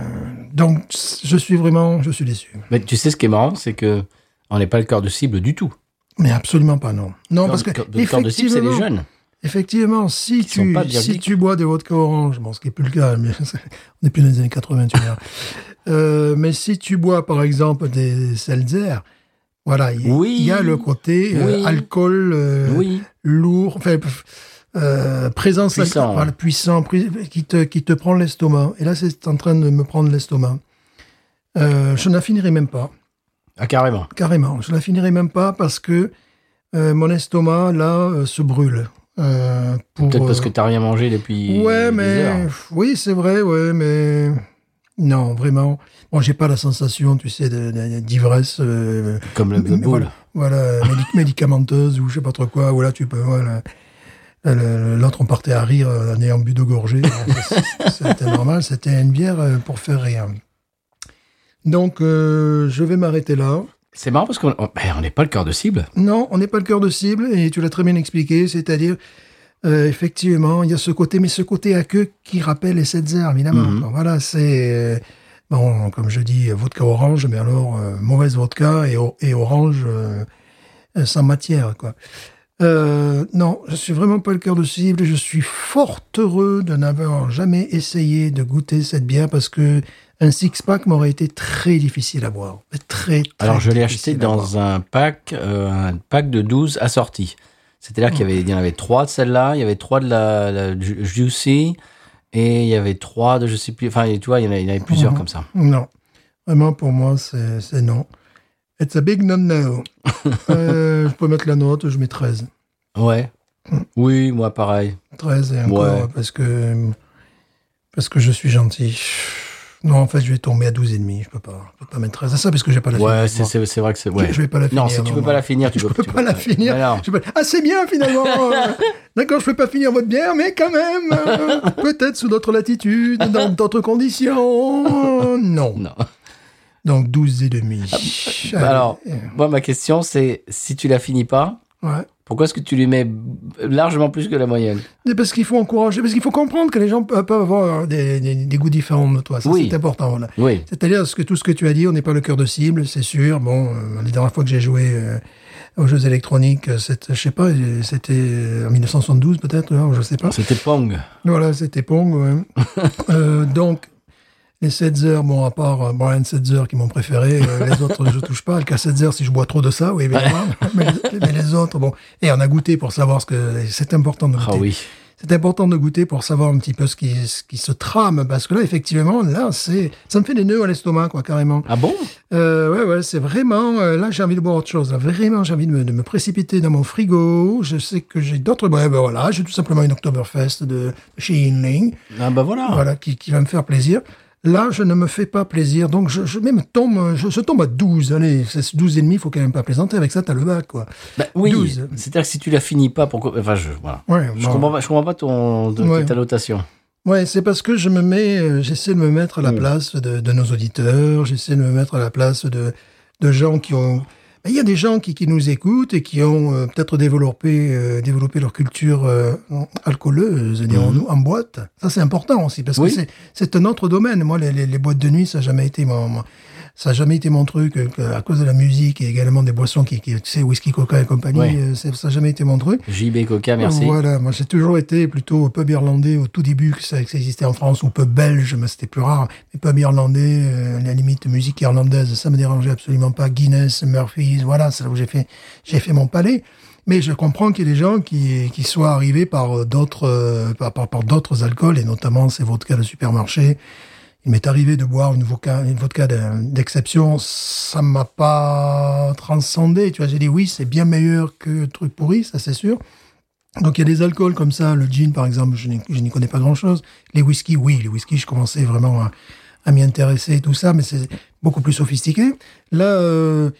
Speaker 2: donc, je suis vraiment, je suis déçu.
Speaker 1: Mais tu sais ce qui est marrant, c'est que on n'est pas le cœur de cible du tout.
Speaker 2: Mais absolument pas, non. Non,
Speaker 1: Le
Speaker 2: parce que.
Speaker 1: cœur de, cœur de cible, c'est les
Speaker 2: effectivement,
Speaker 1: jeunes.
Speaker 2: Effectivement, si
Speaker 1: sont
Speaker 2: tu,
Speaker 1: pas bien
Speaker 2: si
Speaker 1: geeks.
Speaker 2: tu bois des vodka orange, bon, ce qui n'est plus le cas, mais [LAUGHS] on n'est plus dans les années 80, tu vois. Euh, mais si tu bois, par exemple, des seltzer, voilà, il y-
Speaker 1: Oui.
Speaker 2: il y a le côté euh,
Speaker 1: Oui.
Speaker 2: alcool euh,
Speaker 1: oui.
Speaker 2: lourd, enfin, pff, euh, présence
Speaker 1: Puissant.
Speaker 2: alcool- voilà, puissant pris- qui, te, qui te prend l'estomac. Et là, c'est en train de me prendre l'estomac. Euh, je n'en finirai même pas.
Speaker 1: Ah, carrément.
Speaker 2: Carrément. Je la finirai même pas parce que euh, mon estomac, là, euh, se brûle. Euh, pour,
Speaker 1: Peut-être parce
Speaker 2: euh,
Speaker 1: que t'as rien mangé depuis.
Speaker 2: Ouais,
Speaker 1: des
Speaker 2: mais.
Speaker 1: heures.
Speaker 2: Oui, c'est vrai, ouais, mais. Non, vraiment. Bon, j'ai pas la sensation, tu sais, de- de- d'ivresse. euh,
Speaker 1: Comme
Speaker 2: [LAUGHS]
Speaker 1: le Blood Bowl.
Speaker 2: Voilà, voilà médic- [LAUGHS] médicamenteuse ou je sais pas trop quoi. Voilà, tu peux. Voilà. Là, le- L'autre, on partait à rire euh, en ayant bu deux gorgées. Bon, ça, C'était normal, c'était une bière euh, pour faire rire. Donc, euh, je vais m'arrêter là.
Speaker 1: C'est marrant parce qu'on on- ben, on n'est pas le cœur de cible.
Speaker 2: Non, on n'est pas le cœur de cible, et tu l'as très bien expliqué, c'est-à-dire, euh, effectivement, il y a ce côté, mais ce côté aqueux qui rappelle les 7 heures, évidemment.
Speaker 1: Mhm.
Speaker 2: Donc voilà, c'est, euh, bon, comme je dis, vodka orange, mais alors, euh, mauvaise vodka et, o- et orange euh, euh, sans matière, quoi. Euh, non, je suis vraiment pas le cœur de cible. Je suis fort heureux de n'avoir jamais essayé de goûter cette bière parce que un six pack m'aurait été très difficile à boire, Mais très. très
Speaker 1: Alors je l'ai
Speaker 2: difficile
Speaker 1: acheté
Speaker 2: à boire.
Speaker 1: dans un pack, euh, un pack de 12 assortis. C'est-à-dire qu'il y avait, il y en avait trois de celle-là, il y avait trois de la, la Ju- Juicy, et il y avait trois de je sais plus. Enfin, tu vois, il y en avait, il y en avait plusieurs
Speaker 2: Mhm.
Speaker 1: comme ça.
Speaker 2: Non. Vraiment, pour moi, c'est c'est non. It's a big no-no.
Speaker 1: [LAUGHS]
Speaker 2: Euh, je peux mettre la note, je mets 13.
Speaker 1: Ouais.
Speaker 2: Mm.
Speaker 1: Oui, moi pareil.
Speaker 2: 13 et encore,
Speaker 1: Ouais.
Speaker 2: parce que parce que je suis gentil. Non, en fait, je vais tomber à 12,5. Je peux pas, je peux pas mettre 13 à ça, parce que j'ai pas la
Speaker 1: Ouais, c'est-
Speaker 2: finir.
Speaker 1: c'est c'est vrai que c'est.
Speaker 2: Je-
Speaker 1: Ouais.
Speaker 2: Je, vais pas la finir.
Speaker 1: Non, si tu peux
Speaker 2: moi.
Speaker 1: pas la finir, tu
Speaker 2: je
Speaker 1: peux,
Speaker 2: peux
Speaker 1: tu
Speaker 2: pas la finir.
Speaker 1: Alors,
Speaker 2: Je peux- Ah, c'est
Speaker 1: [LAUGHS]
Speaker 2: bien finalement. euh, D'accord, je peux pas finir votre bière, mais quand même, euh, peut-être sous d'autres latitudes, dans d'autres conditions. Non.
Speaker 1: non. Ah,
Speaker 2: Donc 12 et demi. Allez.
Speaker 1: Alors, moi ma question c'est si tu la finis pas,
Speaker 2: Ouais.
Speaker 1: pourquoi est-ce que tu lui mets largement plus que la moyenne
Speaker 2: Mais parce qu'il faut encourager, parce qu'il faut comprendre que les gens pe- peuvent avoir des, des- des goûts différents de toi. Ça,
Speaker 1: Oui.
Speaker 2: c'est important. voilà.
Speaker 1: Oui.
Speaker 2: C'est-à-dire ce que tout ce que tu as dit, on n'est pas le cœur de cible, c'est sûr. Bon, euh, la dernière fois que j'ai joué euh, aux jeux électroniques, euh, c'était- je sais pas, euh, c'était euh, en 1972 peut-être, hein, je
Speaker 1: [LAUGHS]
Speaker 2: sais pas.
Speaker 1: C'était Pong.
Speaker 2: Voilà, c'était
Speaker 1: [LAUGHS]
Speaker 2: Pong. ouais. Euh, donc, les 7 heures, bon, à part euh, Brian 7 heures qui m'ont préféré,
Speaker 1: [LAUGHS]
Speaker 2: euh, les autres, je touche pas. Le cas 7 heures, si je bois trop de ça, oui, évidemment. [LAUGHS] mais, mais les autres, bon. Et on a goûté pour savoir ce que. C'est important de goûter.
Speaker 1: Ah oui.
Speaker 2: C'est important de goûter pour savoir un petit peu ce qui, ce qui se trame, parce que là, effectivement, là, c'est, ça me fait des nœuds à l'estomac, quoi, carrément.
Speaker 1: Ah bon
Speaker 2: Euh, ouais, ouais, c'est vraiment. euh, là, j'ai envie de boire autre chose. Là. Vraiment, j'ai envie de me, de me précipiter dans mon frigo. Je sais que j'ai d'autres. Ouais, ben voilà, j'ai tout simplement une Oktoberfest de chez Yinling,
Speaker 1: Ah bah voilà.
Speaker 2: voilà, qui, qui va me faire plaisir. Là, je ne me fais pas plaisir. Donc, je, je même tombe, je, je tombe à 12. Allez, c'est 12 et demi, faut quand même pas plaisanter. Avec ça, t'as le bac, quoi.
Speaker 1: Bah oui.
Speaker 2: 12.
Speaker 1: C'est-à-dire que si tu la finis pas, pourquoi Enfin, je voilà.
Speaker 2: Ouais,
Speaker 1: Je
Speaker 2: bon.
Speaker 1: comprends pas, je comprends pas ton ta-
Speaker 2: Ouais.
Speaker 1: ta notation.
Speaker 2: Ouais, c'est parce que je me mets, euh, j'essaie de me mettre à la place de, de nos auditeurs, j'essaie de me mettre à la place de, de gens qui ont. Ben, Il y a des gens qui, qui nous écoutent et qui ont euh, peut-être développé, euh, développé leur culture euh, alcooleuse, dirons-nous, en boîte. Ça, c'est important aussi, parce
Speaker 1: Oui.
Speaker 2: que c'est- c'est un autre domaine. Moi, les, les, les boîtes de nuit, ça n'a jamais été mon, mon- ça a jamais été mon truc, euh, que- à cause de la musique et également des boissons qui, qui tu sais, whisky, coca et compagnie,
Speaker 1: Ouais.
Speaker 2: euh, c'est- ça n'a jamais été mon truc.
Speaker 1: JB Coca, merci.
Speaker 2: Voilà, moi j'ai toujours été plutôt pub irlandais au tout début que ça, que ça existait en France, ou pub belge, mais c'était plus rare. Mais pub irlandais, euh, à la limite musique irlandaise, ça me dérangeait absolument pas. Guinness, Murphy's, voilà, c'est là où j'ai fait, j'ai fait mon palais. Mais je comprends qu'il y ait des gens qui, qui soient arrivés par euh, d'autres, euh, par, par, par d'autres alcools, et notamment ces vodkas de supermarché. Il m'est arrivé de boire une vodka, une vodka de- d'exception, ça m'a pas transcendé. Tu vois, j'ai dit oui, c'est bien meilleur que le truc pourri, ça c'est sûr. Donc il y a des alcools comme ça, le gin par exemple, je n'y- je n'y connais pas grand-chose. Les whiskies, oui, les whiskies, je commençais vraiment à, à m'y intéresser et tout ça, mais c'est beaucoup plus sophistiqué. Là, euh,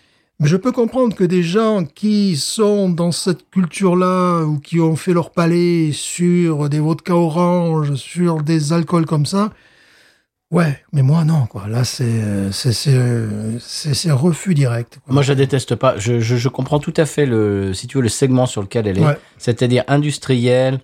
Speaker 2: je peux comprendre que des gens qui sont dans cette culture-là ou qui ont fait leur palais sur des vodkas orange, sur des alcools comme ça, ouais, mais moi non, quoi. Là, c'est euh, c'est- c'est, euh, c'est- c'est refus direct. quoi.
Speaker 1: Moi, je la déteste pas. Je, je, je comprends tout à fait le, si tu veux, le segment sur lequel elle est.
Speaker 2: Ouais.
Speaker 1: C'est-à-dire industriel.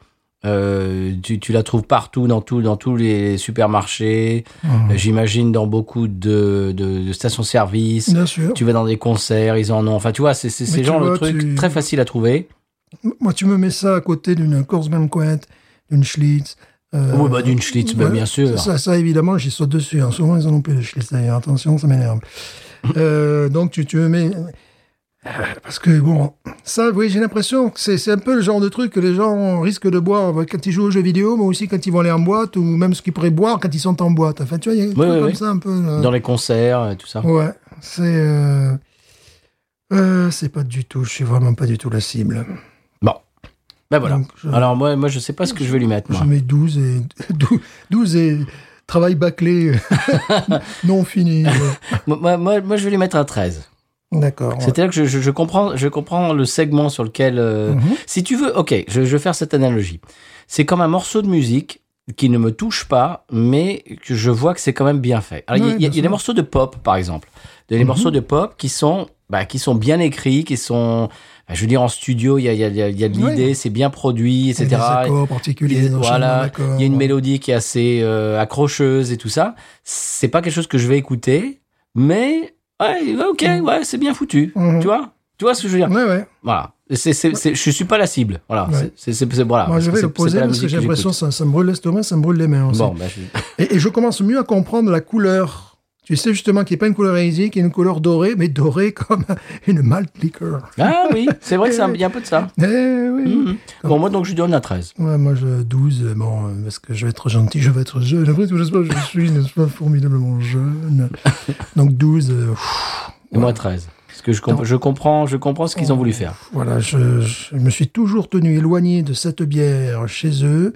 Speaker 1: euh, tu, tu la trouves partout, dans tout, dans tous les supermarchés.
Speaker 2: Mhm.
Speaker 1: Euh, J'imagine dans beaucoup de, de, de stations-service.
Speaker 2: Bien sûr.
Speaker 1: Tu vas dans des concerts, ils en ont. Enfin, tu vois, c'est c'est-
Speaker 2: Mais
Speaker 1: c'est
Speaker 2: tu
Speaker 1: genre le
Speaker 2: vois,
Speaker 1: truc
Speaker 2: tu-
Speaker 1: très facile à trouver.
Speaker 2: Moi, tu me mets ça à côté d'une Korsbanquet, d'une Schlitz. euh,
Speaker 1: Oui, bah, d'une Schlitz, bah, bien sûr.
Speaker 2: Ça, ça, évidemment, j'y saute dessus. hein. Souvent, ils en ont plus de Schlitz, d'ailleurs. Attention, ça m'énerve.
Speaker 1: Mm.
Speaker 2: Euh, donc, tu, tu me mets. Euh, Parce que, bon, ça, oui, j'ai l'impression que c'est c'est un peu le genre de truc que les gens risquent de boire euh, quand ils jouent aux jeux vidéo, mais aussi quand ils vont aller en boîte, ou même ce qu'ils pourraient boire quand ils sont en boîte. Enfin, tu vois, il y a des
Speaker 1: Oui,
Speaker 2: trucs
Speaker 1: oui,
Speaker 2: comme
Speaker 1: oui.
Speaker 2: ça un peu. là.
Speaker 1: Dans les concerts et tout ça.
Speaker 2: Ouais, c'est. euh, euh, c'est pas du tout, je suis vraiment pas du tout la cible.
Speaker 1: Bon. Ben voilà.
Speaker 2: Donc, je- [LAUGHS]
Speaker 1: Alors, moi, moi, je sais pas ce que je vais lui mettre, moi.
Speaker 2: Je mets 12 et 12, et travail bâclé, [LAUGHS] non fini.
Speaker 1: Moi, moi, moi, je vais lui mettre un 13.
Speaker 2: D'accord. ouais.
Speaker 1: C'est-à-dire que je, je- je comprends, je comprends le segment sur lequel. euh,
Speaker 2: Mhm.
Speaker 1: Si tu veux, ok, je, je vais faire cette analogie. C'est comme un morceau de musique qui ne me touche pas, mais que je vois que c'est quand même bien fait. Alors, il y a-
Speaker 2: Ouais,
Speaker 1: il y, a- il y
Speaker 2: bien
Speaker 1: a
Speaker 2: sûr. Mhm.
Speaker 1: des morceaux de pop, par exemple. Des les morceaux de pop qui sont, bah, qui sont bien écrits, qui sont. bah, Je veux dire, en studio, il y a, il y a- il y a- il y a de
Speaker 2: Ouais.
Speaker 1: l'idée, c'est bien produit, etc.
Speaker 2: Il y a des accords
Speaker 1: Il y a-
Speaker 2: particuliers, des enchaînements
Speaker 1: voilà,
Speaker 2: d'accords.
Speaker 1: il y a une mélodie qui est assez euh, accrocheuse et tout ça. C'est pas quelque chose que je vais écouter, mais ouais, ouais, ok,
Speaker 2: Mm.
Speaker 1: ouais, c'est bien foutu.
Speaker 2: Mhm.
Speaker 1: Tu vois, tu vois ce que je veux dire
Speaker 2: Ouais, ouais.
Speaker 1: Voilà. C'est, c'est, c'est- je suis pas la cible. Voilà.
Speaker 2: Ouais.
Speaker 1: C'est, c'est, c'est- voilà.
Speaker 2: Moi,
Speaker 1: Parce
Speaker 2: je vais
Speaker 1: que c'est-
Speaker 2: le
Speaker 1: c'est
Speaker 2: poser
Speaker 1: pas la
Speaker 2: parce que
Speaker 1: musique
Speaker 2: j'ai l'impression que
Speaker 1: j'écoute.
Speaker 2: ça, ça me brûle l'estomac, ça me brûle les mains aussi.
Speaker 1: Bon, bah, je-
Speaker 2: Et, et je commence mieux à comprendre la couleur. Tu sais justement qu'il n'y a pas une couleur aisique, il y a une couleur dorée, mais dorée comme [LAUGHS] une malt liquor.
Speaker 1: Ah oui, c'est vrai que c'est un- il y a un peu de ça.
Speaker 2: Eh [LAUGHS] oui.
Speaker 1: Mhm. Bon, moi, donc, je lui donne un 13.
Speaker 2: Ouais, moi, je 12, euh, bon, euh, parce que je vais être gentil, je vais être jeune. Après tout, je, sais pas, je suis, n'est-ce pas, formidablement jeune. Donc 12, euh, pff,
Speaker 1: Et moi, 13. Parce que je, comp- je comprends, je comprends ce qu'ils ont voulu faire.
Speaker 2: voilà, je, je me suis toujours tenu éloigné de cette bière chez eux.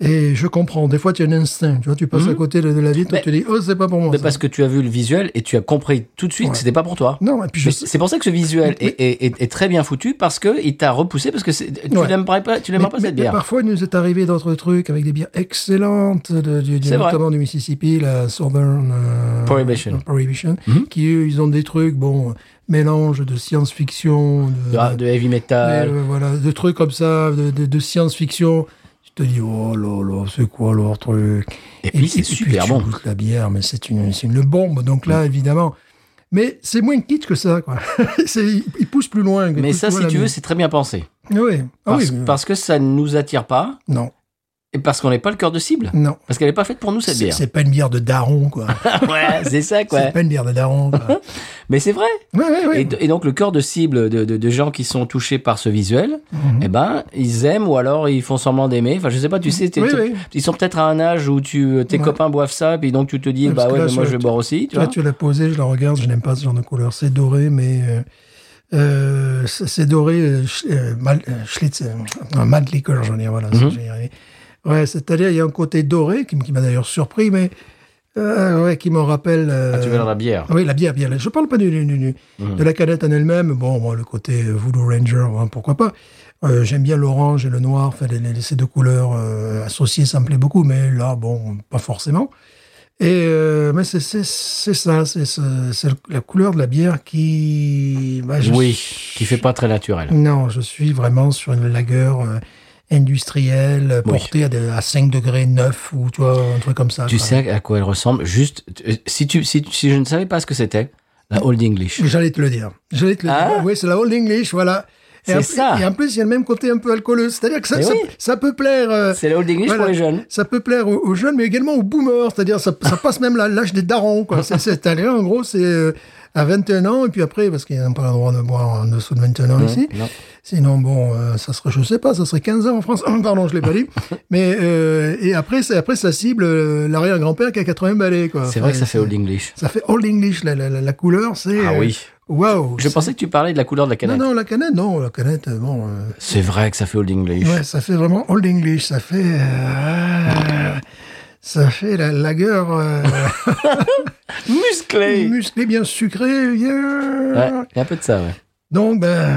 Speaker 2: Et je comprends, des fois, tu as un instinct, tu vois, tu passes à côté de, de la vie, toi,
Speaker 1: Mmh. Mais-
Speaker 2: tu dis, oh, c'est pas pour moi.
Speaker 1: Mais
Speaker 2: ça.
Speaker 1: parce que tu as vu le visuel et tu as compris tout de suite que
Speaker 2: Ouais.
Speaker 1: c'était pas pour toi.
Speaker 2: Non, et puis je
Speaker 1: Mais
Speaker 2: sais-
Speaker 1: c'est pour ça que ce visuel est, est- est- est très bien foutu parce que il t'a repoussé parce que c'est- tu
Speaker 2: Ouais.
Speaker 1: n'aimerais pas, tu n'aimerais
Speaker 2: Mais,
Speaker 1: pas
Speaker 2: mais-
Speaker 1: cette bière.
Speaker 2: mais parfois, il nous est arrivé d'autres trucs avec des bières excellentes, de, du- du-
Speaker 1: C'est vrai.
Speaker 2: notamment du Mississippi, la Southern euh,
Speaker 1: Prohibition. Mhm.
Speaker 2: Prohibition, qui eux, ils ont des trucs, bon, mélange de science-fiction, de,
Speaker 1: De, de heavy
Speaker 2: mais,
Speaker 1: metal.
Speaker 2: euh, voilà, de trucs comme ça, de, de- de science-fiction. Tu te dis, oh là là, c'est quoi leur truc
Speaker 1: Et puis, c'est super
Speaker 2: tu
Speaker 1: bon. Mm.
Speaker 2: goûtes la bière, mais c'est une, c'est une bombe. Donc là, évidemment. Mais c'est moins kitsch que ça, quoi. [LAUGHS] C'est- ils ils poussent plus loin. que
Speaker 1: Mais
Speaker 2: tout-
Speaker 1: ça, si
Speaker 2: voilà,
Speaker 1: tu
Speaker 2: mais-
Speaker 1: veux, c'est très bien pensé.
Speaker 2: Oui. Ah
Speaker 1: Parce,
Speaker 2: oui, mais-
Speaker 1: parce que ça ne nous attire pas
Speaker 2: Non,
Speaker 1: et parce qu'on n'est pas le cœur de cible.
Speaker 2: non.
Speaker 1: Parce qu'elle n'est pas faite pour nous, cette
Speaker 2: C'est
Speaker 1: bière.
Speaker 2: c'est pas une bière de daron, quoi.
Speaker 1: [LAUGHS] ouais, c'est ça, quoi.
Speaker 2: C'est pas une bière de
Speaker 1: [LAUGHS]
Speaker 2: daron, quoi.
Speaker 1: Mais c'est vrai.
Speaker 2: Ouais, ouais, ouais.
Speaker 1: Et, d- et donc, le cœur de cible de, de- de gens qui sont touchés par ce visuel,
Speaker 2: Mhm.
Speaker 1: eh ben, ils aiment ou alors ils font semblant d'aimer. Enfin, je sais pas, tu sais, t'es-
Speaker 2: Oui,
Speaker 1: t'es-
Speaker 2: oui.
Speaker 1: ils sont peut-être à un âge où tu, euh, tes
Speaker 2: Ouais.
Speaker 1: copains boivent ça, puis donc tu te dis,
Speaker 2: Ouais, parce
Speaker 1: bah
Speaker 2: que
Speaker 1: ouais,
Speaker 2: là,
Speaker 1: mais moi
Speaker 2: sur-
Speaker 1: je vais boire aussi, tu
Speaker 2: Là,
Speaker 1: vois.
Speaker 2: tu l'as posée, je la regarde, je n'aime pas ce genre de couleur. C'est doré, mais. euh, euh, c'est c'est doré, euh, sch- euh, mal- euh, Schlitz, euh, non, malt liquor, j'en ai, voilà,
Speaker 1: Mhm.
Speaker 2: ça, j'ai arrivé. Ouais, c'est-à-dire, il y a un côté doré qui, m- qui m'a d'ailleurs surpris, mais. euh, ouais, qui me rappelle. euh,
Speaker 1: Ah, tu veux dans la bière.
Speaker 2: Oui, la bière, bière. Je parle pas du, du- du- du-
Speaker 1: Mhm.
Speaker 2: de la canette en elle-même. Bon, moi, le côté euh, Voodoo Ranger, hein, pourquoi pas. Euh, J'aime bien l'orange et le noir. Enfin, les- les- ces deux couleurs euh, associées, ça me plaît beaucoup. Mais là, bon, pas forcément. Et euh, mais c'est c'est- c'est ça, c'est ce- c'est le- la couleur de la bière qui. bah, je-
Speaker 1: Oui, qui fait pas très naturel.
Speaker 2: Non, je suis vraiment sur une lagueur euh, industrielle euh,
Speaker 1: Oui.
Speaker 2: portée à, des- à 5 degrés 9 ou tu vois, un truc comme ça.
Speaker 1: Tu
Speaker 2: quoi.
Speaker 1: sais à quoi elle ressemble Juste, tu- euh, si, tu, si, tu- si je ne savais pas ce que c'était, la Old
Speaker 2: [LAUGHS]
Speaker 1: English.
Speaker 2: J'allais te le dire. J'allais te le
Speaker 1: Ah.
Speaker 2: dire. Oui, c'est la Old English, voilà. Et
Speaker 1: C'est
Speaker 2: en-
Speaker 1: ça.
Speaker 2: Et en plus, il y a le même côté un peu alcooleux. C'est-à-dire que ça,
Speaker 1: Mais
Speaker 2: ça,
Speaker 1: oui.
Speaker 2: ça peut plaire. euh,
Speaker 1: C'est la Old English pour
Speaker 2: voilà.
Speaker 1: les jeunes.
Speaker 2: Ça peut plaire aux, aux jeunes, mais également aux boomers. C'est-à-dire, ça, ça passe même la- l'âge des darons, quoi. C'est- C'est allé, en gros, c'est euh, à 21 ans, et puis après, parce qu'ils n'ont pas le droit de boire en dessous de 21 ans ici.
Speaker 1: Mmh, non.
Speaker 2: Sinon, bon, euh, ça serait, je sais pas, ça serait 15 ans en France. [COUGHS] Pardon, je l'ai
Speaker 1: [LAUGHS]
Speaker 2: pas dit. Mais, euh, et après, c'est- après, ça cible euh, l'arrière-grand-père qui a 80 balais, quoi.
Speaker 1: C'est vrai que ça
Speaker 2: Enfin,
Speaker 1: fait Old English.
Speaker 2: Ça fait Old English, la, la- la- la couleur, c'est.
Speaker 1: Ah
Speaker 2: euh,
Speaker 1: oui.
Speaker 2: Waouh.
Speaker 1: Je pensais que tu parlais de la couleur de la
Speaker 2: Non,
Speaker 1: canette.
Speaker 2: non, la canette, non, la canette, euh, bon. euh,
Speaker 1: C'est vrai que ça fait Old English.
Speaker 2: ouais, ça fait vraiment Old English, ça fait. euh, ça fait la lagueur euh,
Speaker 1: Musclé
Speaker 2: musclée, bien sucrée.
Speaker 1: Ouais,
Speaker 2: bien...
Speaker 1: il y a un peu de ça, ouais.
Speaker 2: Donc, ben,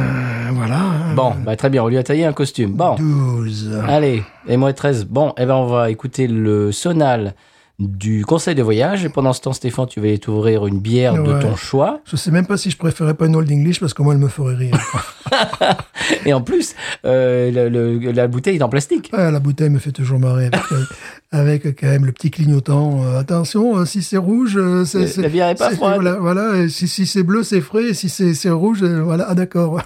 Speaker 2: voilà. hein.
Speaker 1: Bon, bah, très bien, on lui a taillé un costume. Bon,
Speaker 2: 12.
Speaker 1: allez, et moi 13. Bon, eh ben, on va écouter le sonal du conseil de voyage. Et pendant ce temps, Stéphane, tu vas aller t'ouvrir une bière de
Speaker 2: Ouais.
Speaker 1: ton choix.
Speaker 2: Je sais même pas si je préférais pas une Old English parce que moi, elle me ferait rire.
Speaker 1: Et en plus, euh, le- le- la bouteille est en plastique.
Speaker 2: Ah, la bouteille me fait toujours marrer avec,
Speaker 1: [LAUGHS]
Speaker 2: euh, avec, euh, quand même le petit clignotant. Euh, attention, euh, si c'est rouge, euh,
Speaker 1: Euh,
Speaker 2: c'est. c'est-
Speaker 1: la bière est pas
Speaker 2: c'est-
Speaker 1: froide.
Speaker 2: Voilà, voilà, et si, si c'est bleu, c'est frais. Et si c'est c'est rouge, euh, voilà,
Speaker 1: [LAUGHS]
Speaker 2: ah, d'accord.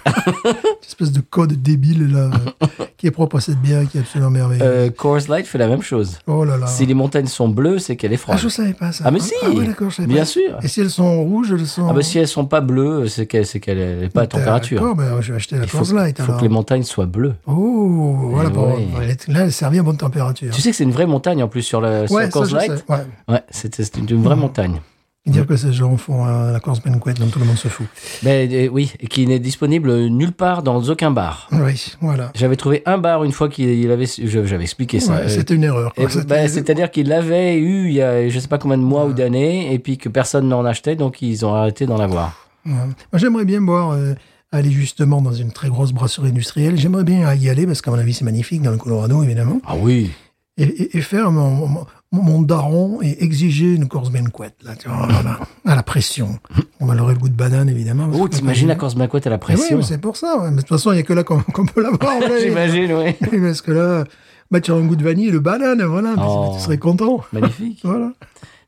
Speaker 2: Cette espèce de code débile là, euh, qui est propre à cette bière, qui est absolument merveilleuse.
Speaker 1: Euh, Coors Light fait la même chose.
Speaker 2: oh là là.
Speaker 1: Si les montagnes sont bleues, c'est qu'elle est
Speaker 2: Ah,
Speaker 1: froide.
Speaker 2: je savais pas ça.
Speaker 1: Ah, mais si
Speaker 2: Ah, ouais, d'accord, je savais
Speaker 1: Bien
Speaker 2: pas.
Speaker 1: sûr
Speaker 2: Et si elles sont rouges, elles sont.
Speaker 1: Ah bah si elles sont pas bleues, c'est qu'elle c'est qu'elle est pas à température.
Speaker 2: D'accord, ben, je vais acheter la
Speaker 1: Il faut,
Speaker 2: Coors Light
Speaker 1: faut
Speaker 2: alors.
Speaker 1: que les montagnes soient bleues.
Speaker 2: Oh, voilà,
Speaker 1: Eh
Speaker 2: bon,
Speaker 1: oui.
Speaker 2: là, elle servit à bonne température.
Speaker 1: Tu sais que c'est une vraie montagne en plus sur la sur
Speaker 2: ouais, ça,
Speaker 1: Coors
Speaker 2: je
Speaker 1: Light.
Speaker 2: sais. Ouais.
Speaker 1: Ouais, c'était c'était une vraie montagne.
Speaker 2: Dire que ces gens font euh, la course banquet dont tout le monde se fout.
Speaker 1: Mais, euh, oui, et qui n'est disponible nulle part dans aucun bar.
Speaker 2: Oui, voilà.
Speaker 1: J'avais trouvé un bar une fois qu'il il avait, je- j'avais expliqué ça.
Speaker 2: Ouais,
Speaker 1: Euh,
Speaker 2: C'était une erreur. quoi.
Speaker 1: et,
Speaker 2: C'était-
Speaker 1: bah, C'est-à-dire qu'il l'avait eu il y a je sais pas combien de mois ou d'années, et puis que personne n'en achetait, donc ils ont arrêté d'en avoir.
Speaker 2: Ouais. Moi, j'aimerais bien boire, euh, aller justement dans une très grosse brasserie industrielle. J'aimerais bien y aller parce qu'à mon avis, c'est magnifique dans le Colorado, évidemment.
Speaker 1: Ah oui
Speaker 2: Et, et- et faire mon, mon, mon daron et exiger une course banquet, là, tu vois, voilà, à la pression. On va leurrer le goût de banane, évidemment.
Speaker 1: Oh, t'imagines la Corse Banquette à la
Speaker 2: Mais oui,
Speaker 1: pression
Speaker 2: mais c'est pour ça. ouais. Mais de toute façon, il n'y a que là qu'on qu'on peut [LAUGHS] l'avoir. vous voyez.
Speaker 1: J'imagine, oui.
Speaker 2: Oui, parce que là, bah, tu as un goût de vanille et de banane, voilà. mais
Speaker 1: Oh.
Speaker 2: Tu serais content.
Speaker 1: Magnifique.
Speaker 2: Voilà.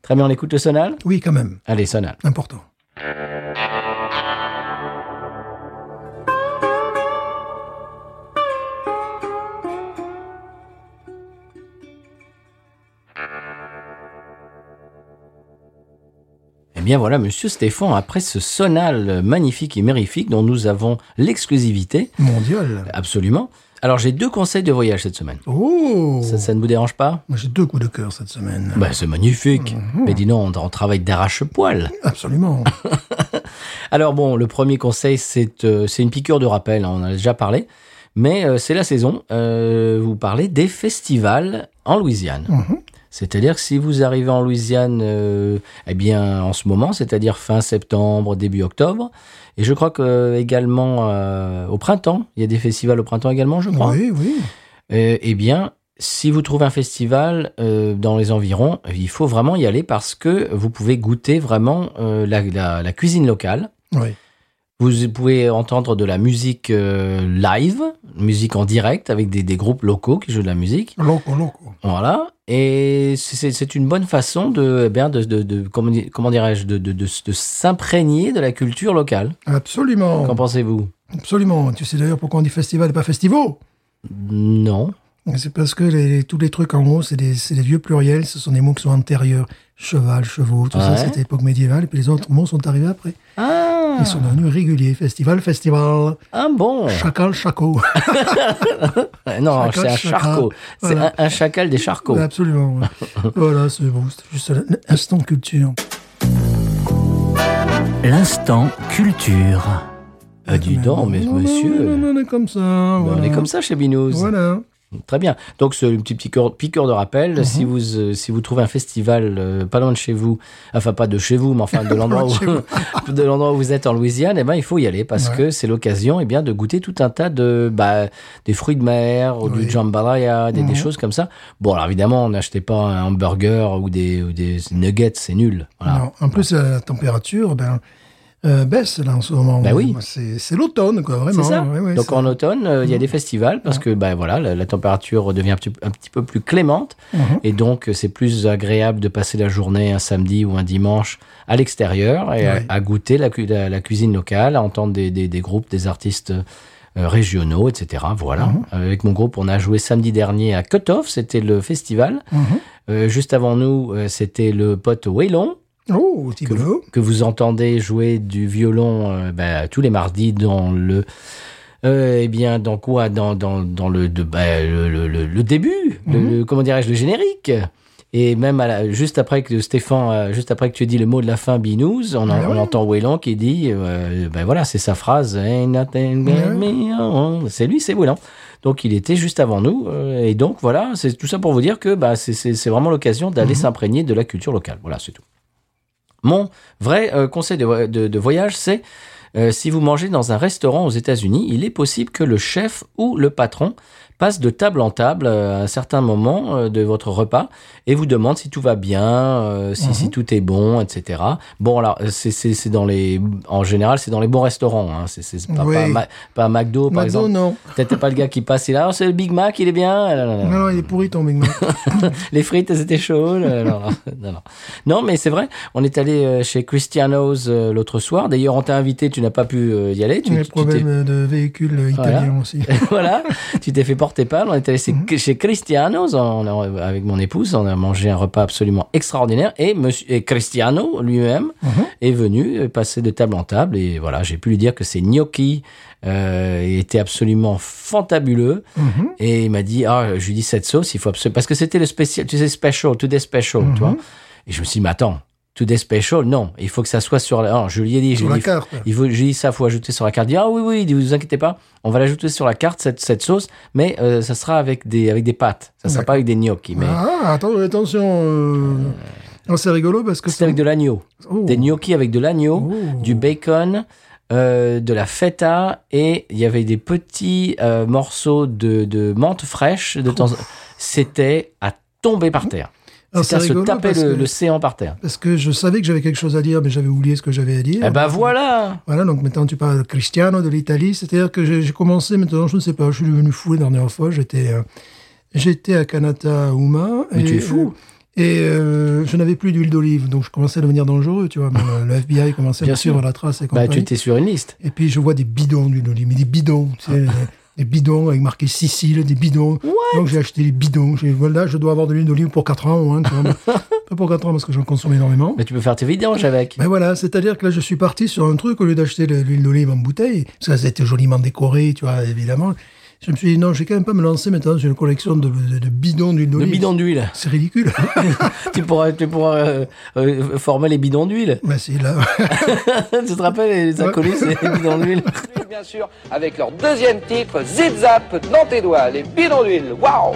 Speaker 1: Très bien, on écoute le sonal
Speaker 2: Oui, quand même.
Speaker 1: Allez, sonal.
Speaker 2: Important.
Speaker 1: Eh bien voilà, monsieur Stéphane, après ce sonal magnifique et mérifique dont nous avons l'exclusivité, Euh,
Speaker 2: Mondial.
Speaker 1: absolument. Alors j'ai deux conseils de voyage cette semaine.
Speaker 2: Oh
Speaker 1: Ça, ça ne vous dérange pas
Speaker 2: Moi, j'ai deux coups de cœur cette semaine.
Speaker 1: Bah c'est magnifique.
Speaker 2: Mhm.
Speaker 1: Mais dis non, on, on travaille d'arrache-poil. [LAUGHS]
Speaker 2: Absolument.
Speaker 1: Alors bon, le premier conseil, c'est euh, c'est une piqûre de rappel, hein, on en a déjà parlé. Mais euh, c'est la saison, euh, vous parlez des festivals en Louisiane.
Speaker 2: Mhm.
Speaker 1: C'est-à-dire que si vous arrivez en Louisiane, euh, eh bien en ce moment, c'est-à-dire fin septembre, début octobre, et je crois que euh, également euh, au printemps, il y a des festivals au printemps également, je crois.
Speaker 2: oui, oui.
Speaker 1: Euh, eh bien, si vous trouvez un festival euh, dans les environs, il faut vraiment y aller parce que vous pouvez goûter vraiment euh, la- la- la cuisine locale.
Speaker 2: Oui.
Speaker 1: Vous pouvez entendre de la musique euh, live, musique en direct avec des, des groupes locaux qui jouent de la musique.
Speaker 2: Loco, loco.
Speaker 1: Voilà. Et c'est- c'est une bonne façon de, eh bien, de, de- de- comment, di- comment dirais-je, de, de- de- de s'imprégner de la culture locale.
Speaker 2: Absolument.
Speaker 1: Qu'en pensez-vous
Speaker 2: Absolument. Tu sais d'ailleurs pourquoi on dit festival et pas festivo
Speaker 1: Non.
Speaker 2: C'est parce que les- tous les trucs en haut, c'est des, c'est des vieux pluriels, ce sont des mots qui sont antérieurs. Cheval, chevaux, tout ça,
Speaker 1: Ouais.
Speaker 2: c'était l'époque médiévale, et puis les autres mots sont arrivés après.
Speaker 1: Ah,
Speaker 2: Ils sont devenus réguliers. Festival, festival,
Speaker 1: ah bon
Speaker 2: chacal, chaco.
Speaker 1: Non,
Speaker 2: chacal,
Speaker 1: c'est un
Speaker 2: chacal.
Speaker 1: charcot. C'est
Speaker 2: Voilà.
Speaker 1: un, un chacal des charcots.
Speaker 2: [LAUGHS]
Speaker 1: [LAUGHS]
Speaker 2: Absolument. ouais. voilà, c'est bon, c'était juste l'instant culture.
Speaker 3: L'instant culture.
Speaker 1: Ah, dis donc, mais
Speaker 2: Non, non, non,
Speaker 1: monsieur...
Speaker 2: non, on est comme ça.
Speaker 1: ben, On est comme ça chez Binous.
Speaker 2: Voilà.
Speaker 1: Très bien. Donc, ce petit piqueur, piqueur de rappel,
Speaker 2: Mhm.
Speaker 1: si, vous, euh, si vous trouvez un festival euh, pas loin de chez vous, enfin pas de chez vous, mais enfin de
Speaker 2: [LAUGHS]
Speaker 1: l'endroit
Speaker 2: de chez
Speaker 1: où, [LAUGHS] de l'endroit où vous êtes en Louisiane, eh ben, il faut y aller parce
Speaker 2: Ouais.
Speaker 1: que c'est l'occasion eh bien, de goûter tout un tas de bah, des fruits de mer, ou
Speaker 2: Oui.
Speaker 1: du jambalaya, des, des
Speaker 2: Mhm.
Speaker 1: choses comme ça. Bon, alors évidemment, n'achetez pas un hamburger ou des, ou des nuggets, c'est nul. Voilà.
Speaker 2: Non, en plus, la température ben, euh, baisse là en ce moment.
Speaker 1: Ben oui.
Speaker 2: C'est c'est l'automne, quoi,
Speaker 1: C'est
Speaker 2: vraiment.
Speaker 1: ça.
Speaker 2: Ouais, ouais,
Speaker 1: Donc
Speaker 2: c'est-
Speaker 1: en automne, euh, il y a des festivals parce que bah, voilà, la, la température devient un petit, un petit peu plus clémente
Speaker 2: Mhm.
Speaker 1: et donc euh, c'est plus agréable de passer la journée un samedi ou un dimanche à l'extérieur et à-
Speaker 2: Ouais.
Speaker 1: à, goûter la, cu- la- la cuisine locale, à entendre des, des- des groupes, des artistes euh, régionaux, etc. Voilà.
Speaker 2: Mhm.
Speaker 1: Avec mon groupe, on a joué samedi dernier à Cutoff, c'était le festival.
Speaker 2: Mhm.
Speaker 1: Euh, juste avant nous, euh, c'était le pote Waylon
Speaker 2: Oh, petit
Speaker 1: que
Speaker 2: boulot.
Speaker 1: vous, que vous entendez jouer du violon euh, bah, tous les mardis dans le euh, eh bien dans quoi dans, dans, dans le, de- bah, le, le- le- le début le-
Speaker 2: Mhm.
Speaker 1: le- comment dirais-je le générique et même à la- juste après que Stéphane euh, juste après que tu dis le mot de la fin binous on, en-
Speaker 2: Ah
Speaker 1: on
Speaker 2: ouais.
Speaker 1: entend Wellon qui dit euh, ben voilà c'est sa phrase Ain't nothing but
Speaker 2: Ouais.
Speaker 1: me. hein. c'est lui c'est Wellon donc il était juste avant nous euh, et donc voilà c'est tout ça pour vous dire que bah, c'est- c'est c'est vraiment l'occasion d'aller
Speaker 2: Mhm.
Speaker 1: s'imprégner de la culture locale voilà c'est tout mon vrai euh, conseil de, vo- de- de voyage, c'est euh, si vous mangez dans un restaurant aux États-Unis, il est possible que le chef ou le patron passe de table en table euh, à un certain moment euh, de votre repas et vous demande si tout va bien, euh, si,
Speaker 2: Mhm.
Speaker 1: si tout est bon, etc. Bon, alors, euh, c'est- c'est c'est dans les. En général, c'est dans les bons restaurants. hein. C'est c'est pas,
Speaker 2: Oui.
Speaker 1: pas, Ma- pas McDo, par
Speaker 2: McDo,
Speaker 1: exemple.
Speaker 2: non.
Speaker 1: Peut-être pas le gars qui passe et là, Oh, c'est le Big Mac, il est bien. Ah, Non, non, non, non.
Speaker 2: Non, non, il est pourri ton
Speaker 1: [LAUGHS]
Speaker 2: Big Mac.
Speaker 1: Les frites, elles étaient chaudes. Euh, non, non, [LAUGHS] non, non. Non, mais c'est vrai. On est allé euh, chez Cristiano's euh, l'autre soir. D'ailleurs, on t'a invité, tu n'as pas pu euh, y aller. Tu,
Speaker 2: Il y a
Speaker 1: tu- tu
Speaker 2: des
Speaker 1: t'es- Ah,
Speaker 2: problèmes de véhicules italiens aussi.
Speaker 1: [LAUGHS] voilà, tu t'es fait porter pâle. On est allé chez, chez Cristiano's on a- avec mon épouse. On a mangé un repas absolument extraordinaire. Et, monsieur, et Cristiano lui-même est venu euh, passer de table en table. Et voilà, j'ai pu lui dire que ses gnocchi euh, étaient absolument fantabuleux.
Speaker 2: Mhm.
Speaker 1: Et il m'a dit, ah, je lui dis
Speaker 2: Mhm.
Speaker 1: cette sauce, il faut absolument. Parce que c'était le spécial, tu sais, special, today special, tu vois. Et je me suis dit, mais attends, Today Special, non. Il faut que ça soit sur la. Alors, je lui ai dit, je
Speaker 2: Sur
Speaker 1: lui
Speaker 2: la
Speaker 1: ai dit,
Speaker 2: carte.
Speaker 1: il faut, j'ai dit ça, faut ajouter sur la carte. Il dit, ah oui, oui, il dit, vous inquiétez pas, on va l'ajouter sur la carte, cette, cette sauce, mais euh, ça sera avec des, avec des pâtes. Ça sera
Speaker 2: D'accord.
Speaker 1: pas avec des gnocchis, mais
Speaker 2: Ah, attends, attention. euh, non, c'est rigolo parce que
Speaker 1: c'est avec de l'agneau.
Speaker 2: Oh.
Speaker 1: Des gnocchis avec de l'agneau,
Speaker 2: Oh.
Speaker 1: du bacon, euh, de la feta, et il y avait des petits euh, morceaux de, de menthe fraîche de temps. C'était à tomber par terre.
Speaker 2: Alors,
Speaker 1: C'était à
Speaker 2: Ah, c'est
Speaker 1: se
Speaker 2: rigolo
Speaker 1: taper
Speaker 2: parce
Speaker 1: le,
Speaker 2: que-
Speaker 1: le séant par terre.
Speaker 2: Parce que je savais que j'avais quelque chose à dire, mais j'avais oublié ce que j'avais à dire.
Speaker 1: Eh ben voilà
Speaker 2: Voilà, donc maintenant tu parles de Cristiano, de l'Italie. C'est-à-dire que j'ai j'ai commencé, maintenant je ne sais pas, je suis devenu fou la dernière fois. J'étais euh, j'étais à Kanata Uma.
Speaker 1: Mais
Speaker 2: et,
Speaker 1: tu es fou.
Speaker 2: euh, Et euh, je n'avais plus d'huile d'olive, donc je commençais à devenir dangereux, tu vois. Mais, euh, le FBI commençait à
Speaker 1: Bien
Speaker 2: me
Speaker 1: sûr.
Speaker 2: suivre à la trace et
Speaker 1: Bah,
Speaker 2: compagnie.
Speaker 1: tu étais sur une liste.
Speaker 2: Et puis je vois des bidons d'huile d'olive, mais des bidons, tu
Speaker 1: Ah.
Speaker 2: sais, des bidons avec marqué Sicile, des bidons. Donc j'ai acheté des bidons. J'ai dit, voilà, je dois avoir de l'huile d'olive pour 4 ans au moins, tu vois.
Speaker 1: [LAUGHS]
Speaker 2: Pas pour 4 ans parce que j'en consomme énormément.
Speaker 1: Mais tu peux faire tes vidanges
Speaker 2: Bah
Speaker 1: avec.
Speaker 2: Mais Ben voilà, c'est-à-dire que là, je suis parti sur un truc, au lieu d'acheter de l'huile d'olive en bouteille, parce que ça c'était joliment décoré, tu vois, évidemment. Je me suis dit, non, je vais quand même pas me lancer maintenant sur une collection de, de- de bidons d'huile
Speaker 1: Le
Speaker 2: d'olive.
Speaker 1: bidon
Speaker 2: [LAUGHS]
Speaker 1: d'huile. [LAUGHS]
Speaker 2: C'est ridicule.
Speaker 1: tu pourras, tu pourras euh, euh, former les bidons
Speaker 2: [LAUGHS]
Speaker 1: d'huile.
Speaker 2: bah, c'est là.
Speaker 1: tu te rappelles, les acolytes, c'est
Speaker 2: [LAUGHS]
Speaker 1: les bidons d'huile.
Speaker 4: bien sûr, avec leur deuxième titre, Zip Zap, dans tes doigts, les bidons d'huile. Waouh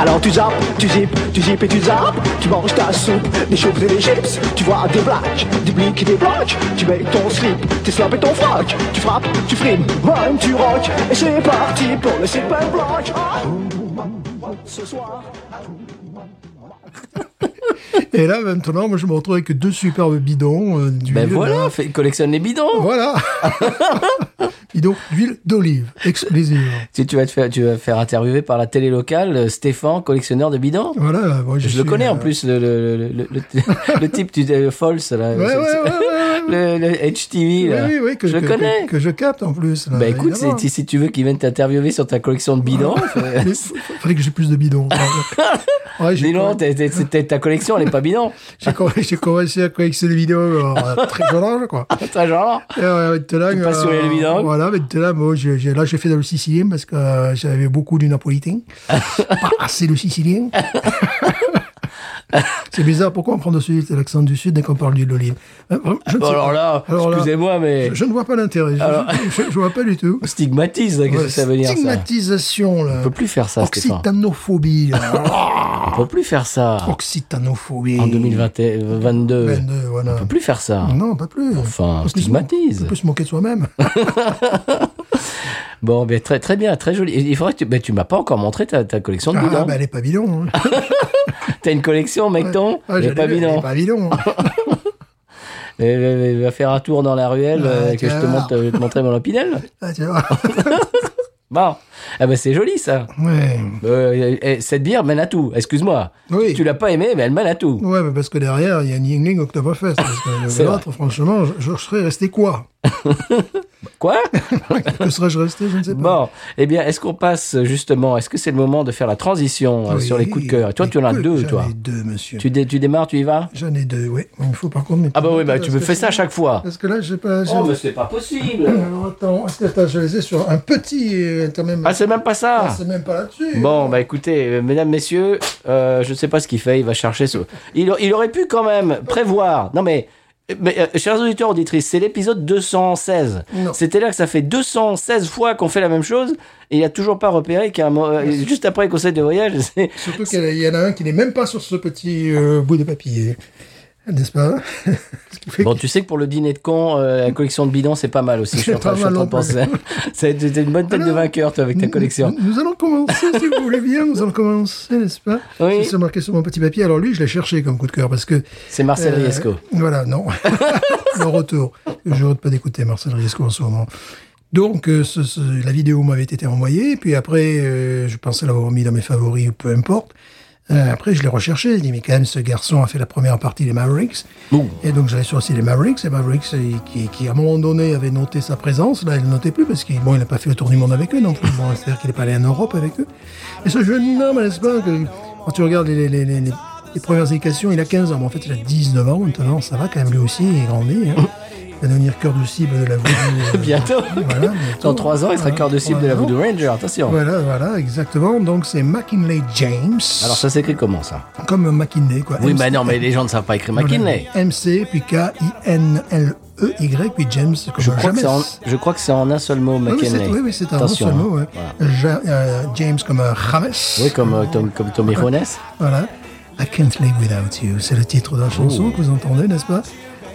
Speaker 5: Alors tu zappes, tu zippes, tu zippes et tu zappes Tu manges ta soupe, des choupes et des chips Tu vois des blagues, des blics et des blocs Tu mets ton slip, tes slaps et ton froc Tu frappes, tu frimes, rhyme, tu rock Et c'est parti pour le zip and block Ah. Ce soir
Speaker 2: Et là, maintenant, moi, je me retrouve avec deux superbes bidons euh, d'huile.
Speaker 1: Ben
Speaker 2: là.
Speaker 1: voilà, fais- collectionne les bidons. [LAUGHS]
Speaker 2: Voilà. bidons d'huile d'olive, exclusive.
Speaker 1: Tu, tu vas te faire, tu vas te faire interviewer par la télé locale, euh, Stéphane, collectionneur de bidons.
Speaker 2: Voilà, moi,
Speaker 1: Je, le
Speaker 2: suis,
Speaker 1: connais en
Speaker 2: euh,
Speaker 1: plus, le, le, le, le, le- le type du euh, False, là.
Speaker 2: Ouais, ouais,
Speaker 1: C'est-
Speaker 2: ouais, ouais, ouais, ouais.
Speaker 1: [LAUGHS] Le, le HTV, là.
Speaker 2: Oui, oui, oui, que,
Speaker 1: je le
Speaker 2: que-
Speaker 1: connais.
Speaker 2: Que, que je capte en plus. là,
Speaker 1: Bah écoute,
Speaker 2: évidemment. Ah,
Speaker 1: si, si tu veux qu'il vienne t'interviewer sur ta collection de bidons, fais- [LAUGHS]
Speaker 2: Mais faudrait que j'ai plus de bidons. Ouais, j'ai
Speaker 1: dis non, t'es- t'es- t'es- ta collection, elle est pas
Speaker 2: [LAUGHS]
Speaker 1: bidon.
Speaker 2: J'ai commencé, j'ai commencé à collectionner des vidéos alors, euh, très jeunes quoi.
Speaker 1: Toi, genre.
Speaker 2: Et, euh, maintenant,
Speaker 1: T'es passionné de vidéos
Speaker 2: Voilà, maintenant, moi, j'ai, j'ai- là, j'ai fait dans le Sicilien parce que euh, j'avais beaucoup
Speaker 1: [LAUGHS]
Speaker 2: du napolitain. pas assez de Sicilien. [LAUGHS] c'est bizarre, pourquoi on prend de suite l'accent du Sud dès qu'on parle du Lolil Euh, je, ne
Speaker 1: Bon,
Speaker 2: sais
Speaker 1: alors
Speaker 2: pas.
Speaker 1: là,
Speaker 2: Alors là,
Speaker 1: excusez-moi, mais
Speaker 2: je, je ne vois pas l'intérêt. Je,
Speaker 1: Alors-
Speaker 2: je, je vois pas du tout.
Speaker 1: on stigmatise, là, qu'est-ce que ça veut dire ça
Speaker 2: Stigmatisation, là.
Speaker 1: On peut plus faire ça, Stéphane.
Speaker 2: Occitanophobie, là.
Speaker 1: On peut plus faire ça
Speaker 2: Occitanophobie.
Speaker 1: Ah. en 2022. On
Speaker 2: 22, voilà.
Speaker 1: peut plus faire ça.
Speaker 2: Non, pas plus.
Speaker 1: Enfin,
Speaker 2: On peut plus se-
Speaker 1: stigmatise. Ah,
Speaker 2: On peut se moquer de soi-même.
Speaker 1: Bon, ben, très, très bien, très joli. Il faudrait que tu, ben, tu m'as pas encore montré ta, ta collection de
Speaker 2: Ah,
Speaker 1: bidons.
Speaker 2: bah, elle est pas bidon.
Speaker 1: Ah
Speaker 2: hein.
Speaker 1: T'as une collection, mec, ton
Speaker 2: Ah,
Speaker 1: Mais
Speaker 2: j'allais
Speaker 1: pas
Speaker 2: dire, Elle
Speaker 1: bidon.
Speaker 2: est
Speaker 1: [LAUGHS]
Speaker 2: pas bidon.
Speaker 1: Eh, eh, eh, Va faire un tour dans la ruelle euh,
Speaker 2: Ah,
Speaker 1: que je te,
Speaker 2: tiens.
Speaker 1: montre, je vais te montrer mon
Speaker 2: [LAUGHS]
Speaker 1: opinel.
Speaker 2: Ah, tu vois.
Speaker 1: Bon, ah ben, c'est joli ça.
Speaker 2: Ouais.
Speaker 1: Euh, eh, cette bière mène à tout, excuse-moi.
Speaker 2: Oui.
Speaker 1: Tu l'as pas aimée, mais elle mène à tout.
Speaker 2: Ouais, mais parce que derrière, il y a une Yingling Oktoberfest. Parce que
Speaker 1: [LAUGHS] C'est
Speaker 2: l'autre, franchement, je, je serais resté quoi [LAUGHS]
Speaker 1: Quoi
Speaker 2: Que serais-je resté Je ne sais pas.
Speaker 1: Bon, eh bien, est-ce qu'on passe justement, est-ce que c'est le moment de faire la transition euh,
Speaker 2: Oui,
Speaker 1: sur les coups de cœur Et Toi,
Speaker 2: les
Speaker 1: tu en as
Speaker 2: coups-
Speaker 1: deux, toi.
Speaker 2: J'en ai deux, monsieur.
Speaker 1: Tu, dé- tu démarres, tu y vas
Speaker 2: J'en ai deux, oui. Il faut par contre. mes
Speaker 1: Ah bah
Speaker 2: petites
Speaker 1: oui, bah,
Speaker 2: notes,
Speaker 1: tu me
Speaker 2: parce
Speaker 1: fais
Speaker 2: que
Speaker 1: ça à
Speaker 2: sinon-
Speaker 1: chaque
Speaker 2: [COUGHS]
Speaker 1: fois. Oh,
Speaker 2: Parce que là, j'ai pas. j'ai-
Speaker 1: c'est pas possible
Speaker 2: [COUGHS] Alors, attends, est-ce que attends, je les ai sur un petit. euh, quand même.
Speaker 1: Ah, c'est même pas
Speaker 2: Ah,
Speaker 1: ça
Speaker 2: c'est même pas là-dessus.
Speaker 1: Bon, bah écoutez, euh, mesdames, messieurs, euh, je ne sais pas ce qu'il fait, il va chercher ce... Il, il aurait pu quand même prévoir... Non mais, mais, euh, chers auditeurs, auditrices, c'est l'épisode 216.
Speaker 2: Non.
Speaker 1: C'était là que ça fait 216 fois qu'on fait la même chose, et il a toujours pas repéré qu'un... mo- euh, Juste après le conseil de voyage, [LAUGHS] c'est...
Speaker 2: Surtout qu'il y en a- il y en a un qui n'est même pas sur ce petit euh, bout de papier. N'est-ce pas [LAUGHS] Ce qui fait
Speaker 1: Bon,
Speaker 2: que-
Speaker 1: tu sais que pour le dîner de con, euh, la collection de bidons, c'est pas mal aussi. Je suis
Speaker 2: C'est
Speaker 1: en train,
Speaker 2: pas
Speaker 1: je suis en
Speaker 2: mal
Speaker 1: train de
Speaker 2: non
Speaker 1: penser. [LAUGHS] C'est t'es une bonne tête de
Speaker 2: Alors,
Speaker 1: vainqueur, toi, avec ta
Speaker 2: nous-
Speaker 1: collection.
Speaker 2: Nous, nous allons commencer, si vous voulez bien, nous allons commencer, n'est-ce pas
Speaker 1: Oui.
Speaker 2: C'est marqué sur mon petit papier. Alors lui, je l'ai cherché comme coup de cœur parce que...
Speaker 1: C'est Marcel
Speaker 2: euh,
Speaker 1: Riesco.
Speaker 2: Voilà, non. [LAUGHS] Le retour. Je ne pas d'écouter Marcel Riesco en ce moment. Donc, euh, ce- ce- la vidéo m'avait été envoyée, puis après, euh, je pensais l'avoir mis dans mes favoris, ou peu importe. Euh, après, je l'ai recherché. Je dis, mais quand même, ce garçon a fait la première partie des Mavericks. Et donc, j'allais sur le site des Mavericks. Et Mavericks, euh, qui, qui, à un moment donné, avait noté sa présence, là, il ne notait plus parce qu'il bon, il n'a pas fait le tour du monde avec eux non plus. Bon, C'est-à-dire qu'il n'est pas allé en Europe avec eux. Et ce jeune homme, n'est-ce pas, que, quand tu regardes les, les- les- les- les premières indications, il a 15 ans. Mais en fait, il a 19 ans maintenant. Ça va quand même, lui aussi, il grandit. hein. va devenir cœur de cible de la euh,
Speaker 1: [LAUGHS]
Speaker 2: Voodoo.
Speaker 1: Bientôt.
Speaker 2: Voilà,
Speaker 1: Dans trois ans, il sera cœur de cible de la Voodoo Ranger, attention.
Speaker 2: Voilà, voilà, exactement. Donc c'est McKinley James.
Speaker 1: Alors ça s'écrit comment ça
Speaker 2: comme McKinley, quoi.
Speaker 1: Oui,
Speaker 2: M-
Speaker 1: bah non, mais les gens ne savent pas écrire
Speaker 2: voilà.
Speaker 1: McKinley.
Speaker 2: MC, puis K-I-N-L-E-Y, puis James, comme
Speaker 1: Je
Speaker 2: un
Speaker 1: crois, que
Speaker 2: jamais.
Speaker 1: c'est en, je crois que c'est en un seul mot,
Speaker 2: Oui, c'est-
Speaker 1: McKinley.
Speaker 2: oui, oui, c'est un
Speaker 1: Attention,
Speaker 2: seul mot.
Speaker 1: hein.
Speaker 2: ouais.
Speaker 1: Voilà.
Speaker 2: Ja- euh, James comme un James.
Speaker 1: Oui, comme, euh, Tom, comme Tommy Jones.
Speaker 2: Voilà. I can't live without you. C'est le titre
Speaker 1: Oh.
Speaker 2: de la chanson que vous entendez, n'est-ce pas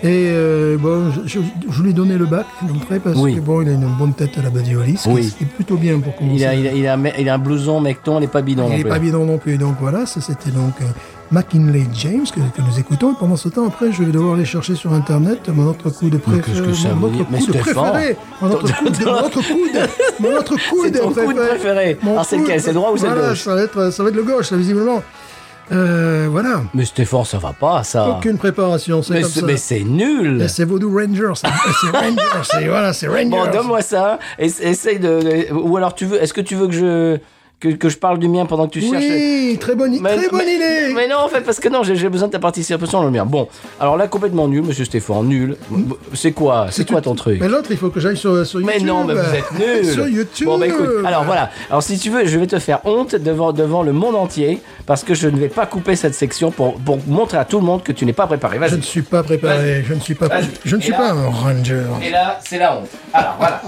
Speaker 2: Et euh, bon, je, je, je lui ai donné le bac d'entrée parce
Speaker 1: Oui.
Speaker 2: que bon, il a une bonne tête à la Badiolis. ce qui-
Speaker 1: Oui.
Speaker 2: Ce qui est plutôt bien pour commencer.
Speaker 1: Il a, il, a, il, a, un me- il a un blouson mecton, il n'est pas bidon. non
Speaker 2: Il n'est
Speaker 1: plus.
Speaker 2: pas bidon non plus. Donc voilà, ça c'était donc euh, McKinley James que, que nous écoutons. Et pendant ce temps, après, je vais devoir aller chercher sur Internet mon autre coup de
Speaker 1: Mais qu'est-ce
Speaker 2: préféré.
Speaker 1: que ça
Speaker 2: Mon
Speaker 1: veut
Speaker 2: autre
Speaker 1: dire Mais
Speaker 2: coup de
Speaker 1: Stéphane,
Speaker 2: préféré. Mon
Speaker 1: ton-
Speaker 2: autre coup de- mon autre coude. Mon
Speaker 1: [LAUGHS]
Speaker 2: autre
Speaker 1: C'est
Speaker 2: coude
Speaker 1: ton coude préféré.
Speaker 2: Mon
Speaker 1: Alors, c'est
Speaker 2: coude-
Speaker 1: lequel C'est le droit ou c'est le
Speaker 2: Voilà,
Speaker 1: gauche
Speaker 2: ça va, être, ça va être le gauche, là, visiblement. Euh, voilà.
Speaker 1: Mais Stéphane, ça va pas, ça.
Speaker 2: Aucune préparation, c'est
Speaker 1: Ah. Mais
Speaker 2: comme
Speaker 1: c'est-
Speaker 2: ça.
Speaker 1: mais c'est nul.
Speaker 2: Mais C'est Voodoo Rangers. hein. C'est Rangers. C'est voilà, c'est Rangers.
Speaker 1: Bon, donne-moi ça. es- Essaye de. Ou alors, tu veux. Est-ce que tu veux que je que, que je parle du mien pendant que tu cherches
Speaker 2: oui, très bonne,
Speaker 1: Mais-
Speaker 2: très bonne
Speaker 1: mais-
Speaker 2: idée.
Speaker 1: Mais non, en fait, parce que non, j'ai j'ai besoin de ta participation dans le mien. Bon, alors là, complètement nul, monsieur Stéphane, nul. B- C'est quoi C'est quoi
Speaker 2: Mm. tout-
Speaker 1: ton truc
Speaker 2: Mais l'autre, il faut que j'aille sur, sur
Speaker 1: mais
Speaker 2: YouTube.
Speaker 1: non, mais vous êtes nuls.
Speaker 2: Sur YouTube.
Speaker 1: Bon, bah écoute, alors voilà. Alors si tu veux, je vais te faire honte devant, devant le monde entier parce que je ne vais pas couper cette section pour, pour montrer à tout le monde que tu n'es pas préparé.
Speaker 2: Je
Speaker 1: Vas-y.
Speaker 2: ne suis pas préparé.
Speaker 1: Vas-y.
Speaker 2: Je ne suis pas.
Speaker 1: Vas-y.
Speaker 2: Je ne suis
Speaker 1: Et
Speaker 2: pas
Speaker 1: là-
Speaker 2: un ranger.
Speaker 1: Et là, c'est la honte. Alors
Speaker 2: [LAUGHS]
Speaker 1: voilà.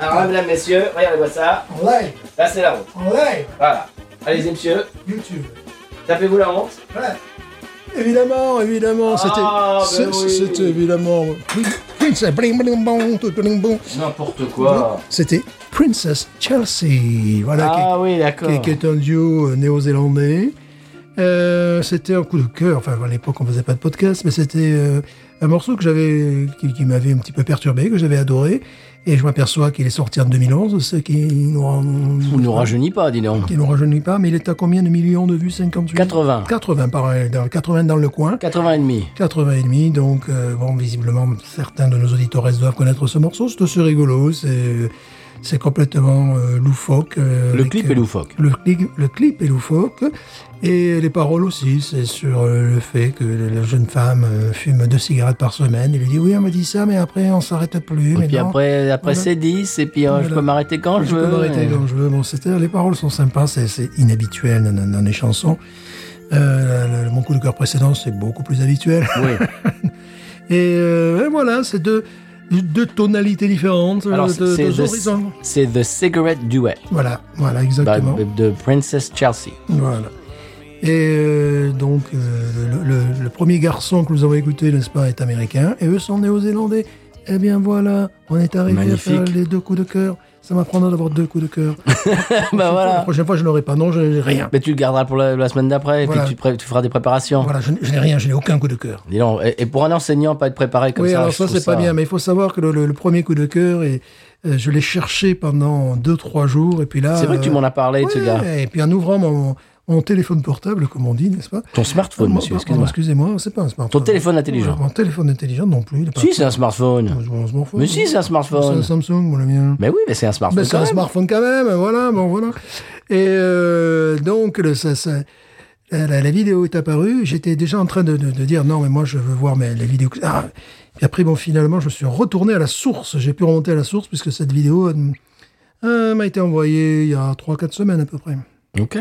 Speaker 1: Alors mesdames, messieurs, regardez-moi ça.
Speaker 2: En live,
Speaker 1: Là, c'est la honte.
Speaker 2: en live,
Speaker 1: Voilà. Allez-y, monsieur.
Speaker 2: YouTube.
Speaker 1: Tapez-vous la honte.
Speaker 2: Voilà. Évidemment, évidemment, c'était,
Speaker 1: Ah,
Speaker 2: c'est-
Speaker 1: ben oui.
Speaker 2: c'était évidemment Princess, bling bling bong, tout bling bong.
Speaker 1: N'importe quoi.
Speaker 2: C'était Princess Chelsea, voilà, qui-
Speaker 1: Ah oui,
Speaker 2: qui,
Speaker 1: d'accord.
Speaker 2: qui est un duo euh, néo-zélandais. Euh, c'était un coup de cœur. Enfin, à l'époque, on faisait pas de podcast, mais c'était euh, un morceau que j'avais, qui, qui m'avait un petit peu perturbé, que j'avais adoré. Et je m'aperçois qu'il est sorti en 2011, ce qui nous, rend-
Speaker 1: Vous ne nous rajeunit pas, dis donc.
Speaker 2: qui nous rajeunit pas. Mais il est à combien de millions de vues 58
Speaker 1: 80.
Speaker 2: 80, pareil, dans, 80 dans le coin.
Speaker 1: 80 et demi.
Speaker 2: 80 et demi, donc euh, bon, visiblement, certains de nos auditeurs doivent connaître ce morceau. C'est assez rigolo, c'est c'est complètement euh, loufoque. euh,
Speaker 1: Le
Speaker 2: avec,
Speaker 1: clip
Speaker 2: euh,
Speaker 1: est loufoque.
Speaker 2: Le clip, le clip est loufoque et les paroles aussi. C'est sur euh, le fait que la jeune femme euh, fume deux cigarettes par semaine. Il lui dit oui, on me dit ça, mais après on s'arrête plus. mais
Speaker 1: Et puis
Speaker 2: non.
Speaker 1: après, après
Speaker 2: Voilà.
Speaker 1: c'est 10, et puis euh, je
Speaker 2: Voilà.
Speaker 1: peux m'arrêter quand je,
Speaker 2: Je
Speaker 1: veux.
Speaker 2: peux m'arrêter
Speaker 1: et-
Speaker 2: quand je veux. Bon, c'était, les paroles sont sympas, c'est, c'est inhabituel dans, dans- dans les chansons. Euh, le- le- mon coup de cœur précédent, c'est beaucoup plus habituel.
Speaker 1: Oui.
Speaker 2: [LAUGHS] Et, euh, et voilà, c'est deux, deux tonalités différentes,
Speaker 1: Alors,
Speaker 2: euh, deux,
Speaker 1: c'est
Speaker 2: deux
Speaker 1: the,
Speaker 2: horizons.
Speaker 1: c'est The Cigarette Duet
Speaker 2: Voilà, voilà,
Speaker 1: bah,
Speaker 2: exactement.
Speaker 1: de Princess Chelsea.
Speaker 2: Voilà. Et euh, donc, euh, le, le- le premier garçon que nous avons écouté, n'est-ce pas, est américain, et eux sont néo-zélandais. Eh bien voilà, on est arrivé à faire
Speaker 1: Magnifique.
Speaker 2: les deux coups de cœur. Ça m'apprendra d'avoir deux coups de cœur.
Speaker 1: [LAUGHS] bah
Speaker 2: La
Speaker 1: voilà.
Speaker 2: prochaine fois, je n'aurai pas. Non, je n'ai rien.
Speaker 1: Mais tu le garderas pour la, la semaine d'après, et
Speaker 2: Voilà.
Speaker 1: puis tu, pré- tu feras des préparations.
Speaker 2: Voilà, je, n'ai- je n'ai rien, je n'ai aucun coup de cœur.
Speaker 1: Dis donc, et, et pour un enseignant, pas être préparé comme
Speaker 2: oui,
Speaker 1: ça.
Speaker 2: alors
Speaker 1: je
Speaker 2: ça,
Speaker 1: trouve
Speaker 2: c'est pas bien, mais il faut savoir que le, le- le premier coup de cœur, et, euh, je l'ai cherché pendant deux, trois jours, et puis là.
Speaker 1: C'est vrai que tu
Speaker 2: euh,
Speaker 1: m'en as parlé de ce
Speaker 2: Ouais,
Speaker 1: gars.
Speaker 2: Et puis en ouvrant mon, mon téléphone portable, comme on dit, n'est-ce pas
Speaker 1: Ton smartphone,
Speaker 2: Mon-
Speaker 1: monsieur,
Speaker 2: Ah, pardon,
Speaker 1: excuse-moi.
Speaker 2: Excusez-moi, c'est pas un smartphone.
Speaker 1: Ton téléphone intelligent.
Speaker 2: Mon téléphone intelligent non plus. il est pas-
Speaker 1: Si, c'est un smartphone.
Speaker 2: Je m'en- je m'en fous.
Speaker 1: Mais si, c'est un smartphone.
Speaker 2: C'est un Samsung, moi, le mien.
Speaker 1: Mais oui, mais c'est un smartphone.
Speaker 2: Ben, c'est
Speaker 1: quand
Speaker 2: un
Speaker 1: même.
Speaker 2: smartphone quand même, voilà, bon voilà. Et euh, donc, le, ça, ça, la, la- la vidéo est apparue, j'étais déjà en train de, de- de dire non, mais moi je veux voir mais, les vidéos. Ah. Et après, bon, finalement, je suis retourné à la source, j'ai pu remonter à la source puisque cette vidéo euh, euh, m'a été envoyée il y a 3-4 semaines à peu près.
Speaker 1: Ok.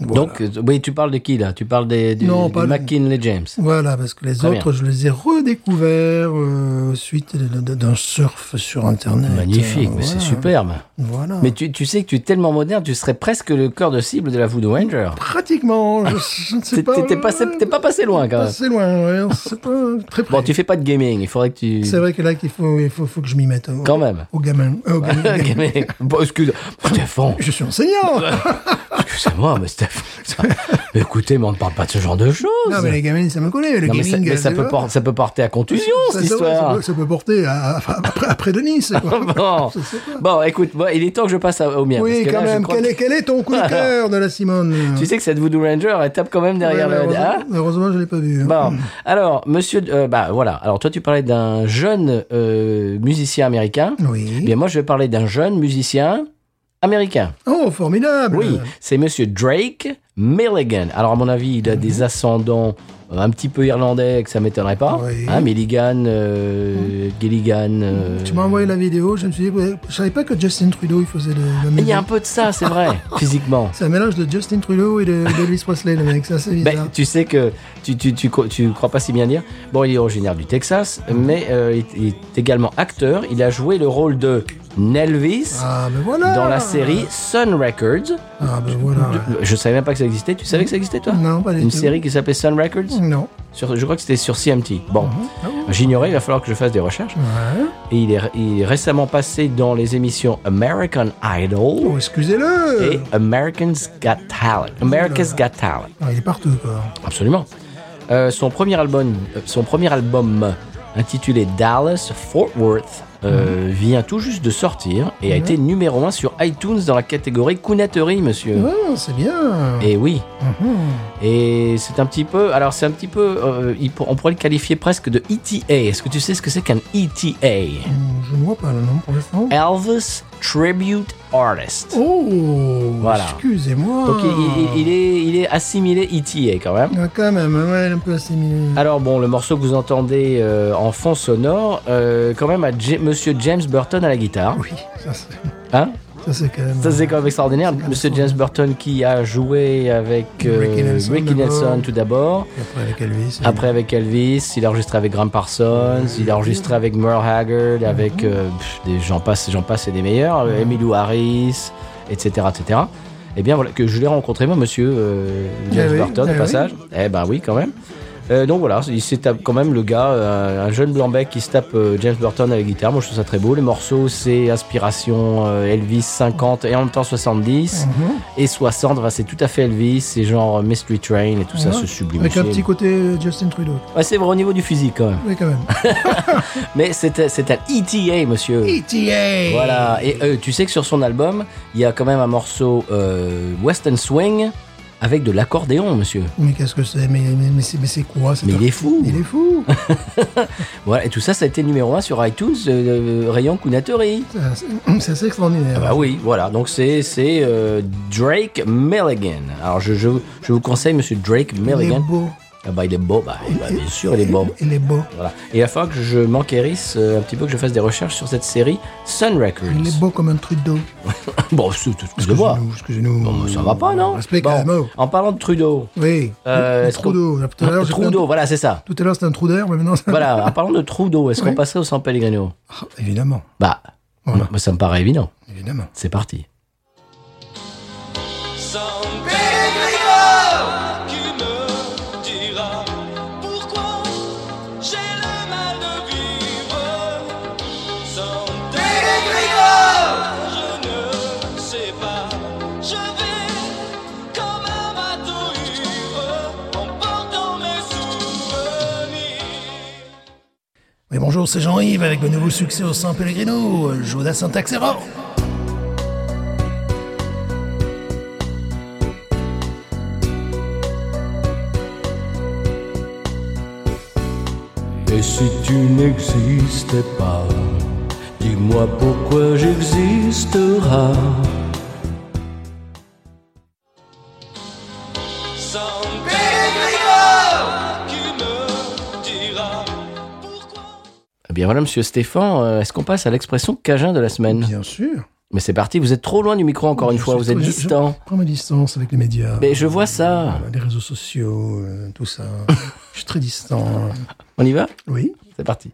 Speaker 1: Donc, euh, oui, tu parles de qui là Tu parles des, du,
Speaker 2: Non,
Speaker 1: du
Speaker 2: pas de-
Speaker 1: McKinley James.
Speaker 2: Voilà, parce que les
Speaker 1: Très
Speaker 2: autres, je les ai redécouverts euh, suite de- de- d'un surf sur Internet.
Speaker 1: Magnifique,
Speaker 2: Euh,
Speaker 1: mais c'est
Speaker 2: voilà.
Speaker 1: superbe.
Speaker 2: Voilà.
Speaker 1: Mais tu, tu sais que tu es tellement moderne, tu serais presque le cœur de cible de la Voodoo Ranger.
Speaker 2: Pratiquement, je, je ne sais
Speaker 1: Ah, T'es-
Speaker 2: pas. euh,
Speaker 1: t'es- t'es pas- t'es pas passé loin, quand
Speaker 2: Pas
Speaker 1: même.
Speaker 2: assez loin, ouais, on sait pas très près.
Speaker 1: Bon, tu fais pas de gaming, il faudrait que tu.
Speaker 2: C'est vrai que là, qu'il faut, il faut, faut que je m'y mette. hein, Au,
Speaker 1: Quand même.
Speaker 2: Au gamin.
Speaker 1: [LAUGHS]
Speaker 2: euh, au gamin. [LAUGHS]
Speaker 1: Gaming. Bon, excuse. Oh, Stéphane,
Speaker 2: Je
Speaker 1: [LAUGHS]
Speaker 2: suis enseignant.
Speaker 1: excusez-moi, mais Stéphane. ça- mais écoutez, mais on ne parle pas de ce genre de choses.
Speaker 2: non, mais les gamins, ça me connaît. Le
Speaker 1: Non, mais ça,
Speaker 2: gaming,
Speaker 1: mais ça
Speaker 2: euh,
Speaker 1: peut,
Speaker 2: tu
Speaker 1: por- ça peut porter à contusion,
Speaker 2: vois, ça-
Speaker 1: cette
Speaker 2: ça- Ça,
Speaker 1: histoire. Ah
Speaker 2: peut- ça peut porter à, à- après, après de Nice. quoi.
Speaker 1: Bon.
Speaker 2: Je sais pas.
Speaker 1: bon, écoute, bon, il est temps que je passe à- au mien.
Speaker 2: oui,
Speaker 1: parce que
Speaker 2: quand
Speaker 1: là, je
Speaker 2: même.
Speaker 1: crois
Speaker 2: Quel,
Speaker 1: que-
Speaker 2: est, quel est ton coup
Speaker 1: [LAUGHS]
Speaker 2: de
Speaker 1: Voilà.
Speaker 2: cœur de la Simone
Speaker 1: Tu sais que cette Voodoo Ranger, elle tape quand même
Speaker 2: Ouais,
Speaker 1: derrière le. Bah,
Speaker 2: malheureusement,
Speaker 1: Hein
Speaker 2: malheureusement, je ne l'ai pas vu. hein.
Speaker 1: Bon, alors, monsieur, euh, bah voilà. Alors, toi, tu parlais d'un jeune euh, musicien américain.
Speaker 2: Oui.
Speaker 1: Eh bien, moi, je vais parler d'un jeune musicien américain.
Speaker 2: Oh, formidable
Speaker 1: Oui, c'est Monsieur Drake Milligan. Alors à mon avis, il a
Speaker 2: Mhm.
Speaker 1: des ascendants euh, un petit peu irlandais, que ça m'étonnerait pas.
Speaker 2: Oui. Mhm.
Speaker 1: Hein, Milligan, euh, Gilligan. euh,
Speaker 2: Tu m'as envoyé la vidéo, je me suis dit, ouais, je savais pas que Justin Trudeau il faisait de la
Speaker 1: Il y a un
Speaker 2: musique.
Speaker 1: peu de ça, c'est vrai, physiquement.
Speaker 2: [LAUGHS] C'est un mélange de Justin Trudeau
Speaker 1: [LAUGHS]
Speaker 2: et de d'Elvis Presley, le mec, ça c'est bizarre.
Speaker 1: Ben, tu sais que tu, tu, tu, cro- tu crois pas si bien dire. Bon, il est originaire du Texas,
Speaker 2: Mhm.
Speaker 1: mais euh, il, il est également acteur. Il a joué le rôle de Nelvis
Speaker 2: Ah, ben voilà
Speaker 1: dans la série Sun Records.
Speaker 2: Ah, ben voilà.
Speaker 1: Je savais même pas que ça existait. Tu savais que ça existait, toi
Speaker 2: Non, pas du
Speaker 1: Une
Speaker 2: tout.
Speaker 1: série qui s'appelait Sun Records
Speaker 2: Non.
Speaker 1: Sur- Je crois que c'était sur CMT. Bon, j'ignorais, il va falloir que je fasse des recherches.
Speaker 2: Ouais.
Speaker 1: Et il est, il est récemment passé dans les émissions American
Speaker 2: Oh,
Speaker 1: Idol
Speaker 2: excusez-le
Speaker 1: et Americans Got Talent. America's Got Talent.
Speaker 2: Ah, Il est partout, quoi.
Speaker 1: Absolument. Euh, son premier album, euh, son premier album intitulé Dallas Fort Worth euh, vient tout juste de sortir et a été numéro 1 sur iTunes dans la catégorie counetterie, monsieur.
Speaker 2: Ah, c'est bien
Speaker 1: Et oui.
Speaker 2: Mhm.
Speaker 1: Et c'est un petit peu. Alors, c'est un petit peu. euh, il pour- on pourrait le qualifier presque de ETA. Est-ce que tu sais ce que c'est qu'un E ETA
Speaker 2: Hum, Je ne vois pas le nom pour
Speaker 1: Eh.
Speaker 2: l'instant.
Speaker 1: Elvis Tribute Artist.
Speaker 2: Oh
Speaker 1: Voilà.
Speaker 2: Excusez-moi
Speaker 1: Donc, il, il- il est, il est assimilé ETA quand même.
Speaker 2: Ah, quand même, ouais, elle est un peu assimilé.
Speaker 1: Alors bon, le morceau que vous entendez euh, en fond sonore, euh, quand même à J- Monsieur James Burton à la guitare.
Speaker 2: Oui, ça c'est...
Speaker 1: Hein
Speaker 2: Ça c'est quand même...
Speaker 1: Ça c'est quand même extraordinaire. Monsieur James Burton qui a joué avec euh,
Speaker 2: Ricky Nelson
Speaker 1: Ricky
Speaker 2: d'abord.
Speaker 1: Nelson tout d'abord,
Speaker 2: Et Après avec Elvis...
Speaker 1: après avec Elvis, il a enregistré avec Graham Parsons, il a enregistré avec Merle Haggard, avec
Speaker 2: Mhm.
Speaker 1: euh, pff, des gens passe, j'en passe et des meilleurs, euh, Emmylou Harris, etc., etc. Eh bien voilà que je l'ai rencontré moi, Monsieur euh, James
Speaker 2: Eh oui,
Speaker 1: Burton
Speaker 2: eh
Speaker 1: au
Speaker 2: oui.
Speaker 1: passage. Eh ben oui quand même. Euh, donc voilà, il s'est tapé quand même le gars, euh, un jeune blanc-bec qui se tape euh, James Burton à la guitare. Moi je trouve ça très beau. Les morceaux c'est inspiration euh, Elvis 50 et en même temps 70
Speaker 2: Mhm.
Speaker 1: et 60. Enfin, c'est tout à fait Elvis, c'est genre euh, Mystery Train et tout ça,
Speaker 2: Ouais.
Speaker 1: c'est sublime.
Speaker 2: Avec un
Speaker 1: C'est-
Speaker 2: petit côté euh, Justin Trudeau.
Speaker 1: Ouais, c'est vrai au niveau du physique quand même.
Speaker 2: Oui, quand même.
Speaker 1: Ah. Mais c'est un- c'est un ETA
Speaker 2: E
Speaker 1: monsieur.
Speaker 2: ETA
Speaker 1: Voilà. Et euh, tu sais que sur son album, il y a quand même un morceau euh, Western Swing avec de l'accordéon monsieur.
Speaker 2: Mais qu'est-ce que c'est Mais, mais, mais c'est mais c'est quoi cet
Speaker 1: Mais il est fou.
Speaker 2: Il
Speaker 1: [LAUGHS]
Speaker 2: est fou
Speaker 1: Voilà. Et tout ça, ça a été numéro 1 sur iTunes, euh, euh, rayon Kunateri.
Speaker 2: Ça, C'est c'est assez extraordinaire.
Speaker 1: Ah bah oui, voilà. Donc c'est c'est euh, Drake Milligan. Alors je, je, je vous conseille Monsieur Drake
Speaker 2: Il est
Speaker 1: Milligan.
Speaker 2: beau.
Speaker 1: Ah bah il est beau, bah, bah, bien sûr il est beau.
Speaker 2: Il est beau.
Speaker 1: Voilà. Et il va falloir que je m'enquérisse euh, un petit peu, que je fasse des recherches sur cette série Sun Records.
Speaker 2: Il est beau comme un Trudeau.
Speaker 1: [LAUGHS] Bon, c'est tout ce que je vois.
Speaker 2: Excusez-nous, excusez-nous.
Speaker 1: Bon, bah, ça va pas non
Speaker 2: Respect
Speaker 1: Bon,
Speaker 2: à la mort.
Speaker 1: En parlant de Trudeau.
Speaker 2: Oui.
Speaker 1: euh,
Speaker 2: Le
Speaker 1: est-ce qu'on-
Speaker 2: Trudeau. Tout à l'heure, j'ai fait un-
Speaker 1: Trudeau, voilà c'est
Speaker 2: [LAUGHS]
Speaker 1: ça.
Speaker 2: Tout à l'heure, c'était un Trudeau, mais maintenant, ça...
Speaker 1: Voilà, en parlant de Trudeau, est-ce qu'on
Speaker 2: Oui.
Speaker 1: passerait au San Pellegrino
Speaker 2: Ah, évidemment,
Speaker 1: Bah,
Speaker 2: Voilà.
Speaker 1: non, ça me paraît évident.
Speaker 2: évidemment.
Speaker 1: C'est parti.
Speaker 6: San Pellegrino qui me dira pourquoi j'ai le mal de vivre. San Pellegrino, je ne sais pas, je vais comme un bateau ivre en portant mes souvenirs.
Speaker 2: Oui, bonjour, c'est Jean-Yves avec le nouveau succès au San Pellegrino, euh, Jodas Intaxera.
Speaker 7: Et si tu n'existais pas, dis-moi pourquoi j'existera.
Speaker 6: San Pellegrino qui me dira pourquoi.
Speaker 1: Eh bien voilà, monsieur Stéphane, euh, est-ce qu'on passe à l'expression cajun de la semaine
Speaker 2: Bien sûr.
Speaker 1: Mais c'est parti, vous êtes trop loin du micro encore une
Speaker 2: Je
Speaker 1: fois,
Speaker 2: suis
Speaker 1: vous êtes
Speaker 2: très- je-
Speaker 1: distant.
Speaker 2: Je prends ma distance avec les médias.
Speaker 1: Mais je vois ça.
Speaker 2: Voilà, Les réseaux sociaux, euh,
Speaker 1: [LAUGHS]
Speaker 2: tout ça. je suis très distant.
Speaker 1: On y va
Speaker 2: Oui.
Speaker 1: C'est parti.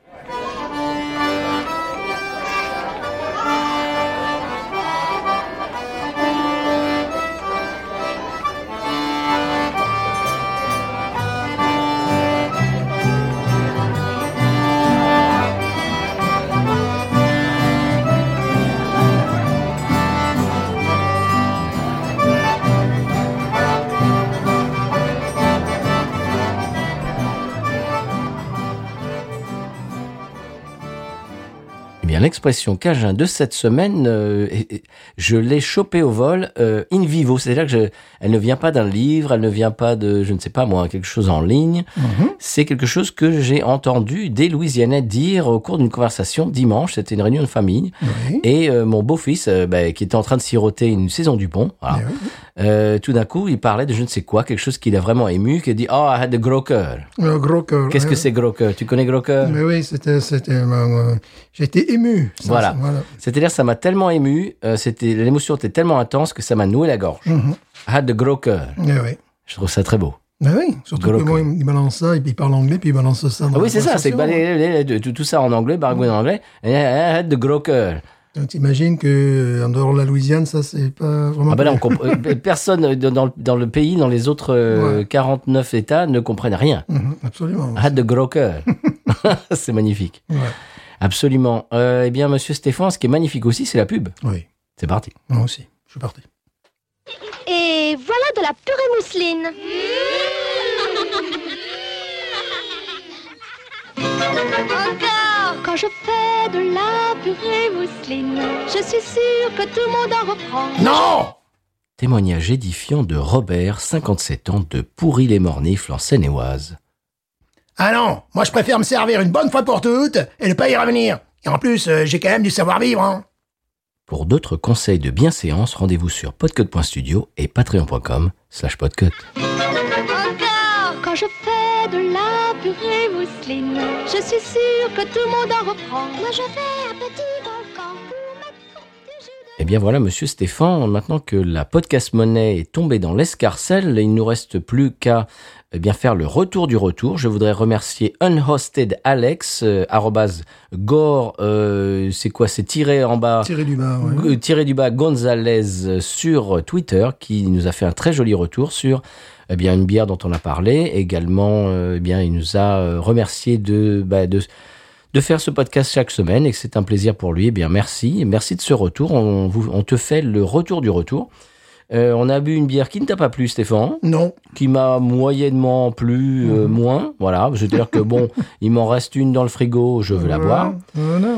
Speaker 1: Eh l'expression cajun de cette semaine, euh, et- et je l'ai chopée au vol euh, in vivo. C'est-à-dire que je- elle ne vient pas d'un livre, elle ne vient pas de, je ne sais pas moi, quelque chose en ligne.
Speaker 2: Mhm.
Speaker 1: C'est quelque chose que j'ai entendu des Louisianais dire au cours d'une conversation dimanche. C'était une réunion de famille.
Speaker 2: Oui.
Speaker 1: Et euh, mon beau-fils, euh, bah, qui était en train de siroter une saison du pont, voilà.
Speaker 2: Eh oui.
Speaker 1: Euh, tout d'un coup, il parlait de je ne sais quoi, quelque chose qui l'a vraiment ému, qui a dit « Oh, I had a gros cœur
Speaker 2: Le gros cœur. ».
Speaker 1: Qu'est-ce que
Speaker 2: Ouais.
Speaker 1: c'est gros cœur Tu connais gros cœur
Speaker 2: Mais oui, c'était, c'était, euh, euh, j'ai été ému. Ça,
Speaker 1: Voilà.
Speaker 2: ça,
Speaker 1: C'est-à-dire, ça m'a tellement ému, euh, c'était l'émotion était tellement intense que ça m'a noué la gorge. I had a gros cœur
Speaker 2: Eh Mhm. oui.
Speaker 1: Je trouve ça très beau.
Speaker 2: Ben oui, surtout
Speaker 1: Gros
Speaker 2: que moi, il balance ça, et puis il parle anglais, puis il balance ça. dans
Speaker 1: Ah oui,
Speaker 2: la
Speaker 1: c'est ça, c'est que, bah,
Speaker 2: conversation.
Speaker 1: les- les- les- tout, tout ça en anglais, baragouin en anglais. I had a gros cœur.
Speaker 2: Donc, T'imagines que euh, en dehors de la Louisiane, ça, c'est pas vraiment.
Speaker 1: Ah ben là, on comp- euh, [LAUGHS] personne euh, dans, le- dans le pays, dans les autres euh, 49 États ne comprennent rien.
Speaker 2: Mhm, Absolument.
Speaker 1: I had a gros cœur. [LAUGHS] c'est magnifique.
Speaker 2: Ouais.
Speaker 1: Absolument. Euh, eh bien, monsieur Stéphane, ce qui est magnifique aussi, c'est la pub.
Speaker 2: Oui,
Speaker 1: C'est parti.
Speaker 2: moi aussi. Je suis parti.
Speaker 8: Et voilà de la purée mousseline. Encore Quand je fais de la purée mousseline, je suis sûre que tout le monde en reprend.
Speaker 2: Non
Speaker 1: Témoignage édifiant de Robert, 57 ans, de Pourry-les-Mornifles en Seine-et-Oise.
Speaker 2: Ah non Moi, je préfère me servir une bonne fois pour toutes et ne pas y revenir. Et en plus, euh, j'ai quand même du savoir-vivre, hein.
Speaker 1: Pour d'autres conseils de bienséance, rendez-vous sur podcut.studio et patreon.com slash podcut.
Speaker 8: Encore Quand je fais de la purée mousseline, je suis sûre que tout le monde en reprend. Moi, je fais un petit volcan pour ma protéger de-
Speaker 1: Eh bien voilà, monsieur Stéphane, maintenant que la podcast monnaie est tombée dans l'escarcelle, il ne nous reste plus qu'à eh bien faire le retour du retour. Je voudrais remercier Unhosted Alex, euh, arrobase gore, euh, c'est quoi, c'est tiré en bas
Speaker 2: Tiré du bas, ouais.
Speaker 1: Euh, tiré du bas Gonzalez euh, sur Twitter qui nous a fait un très joli retour sur eh bien une bière dont on a parlé également euh, eh bien il nous a euh, remercié de bah, de de faire ce podcast chaque semaine et que c'est un plaisir pour lui. Eh bien, merci. Merci de ce retour. On, vous- on te fait le retour du retour. Euh, on a bu une bière qui ne t'a pas plu, Stéphane,
Speaker 2: Non.
Speaker 1: qui m'a moyennement plu, euh, moins. Voilà. C'est-à-dire que bon, [LAUGHS] il m'en reste une dans le frigo, je veux la boire.
Speaker 2: Voilà,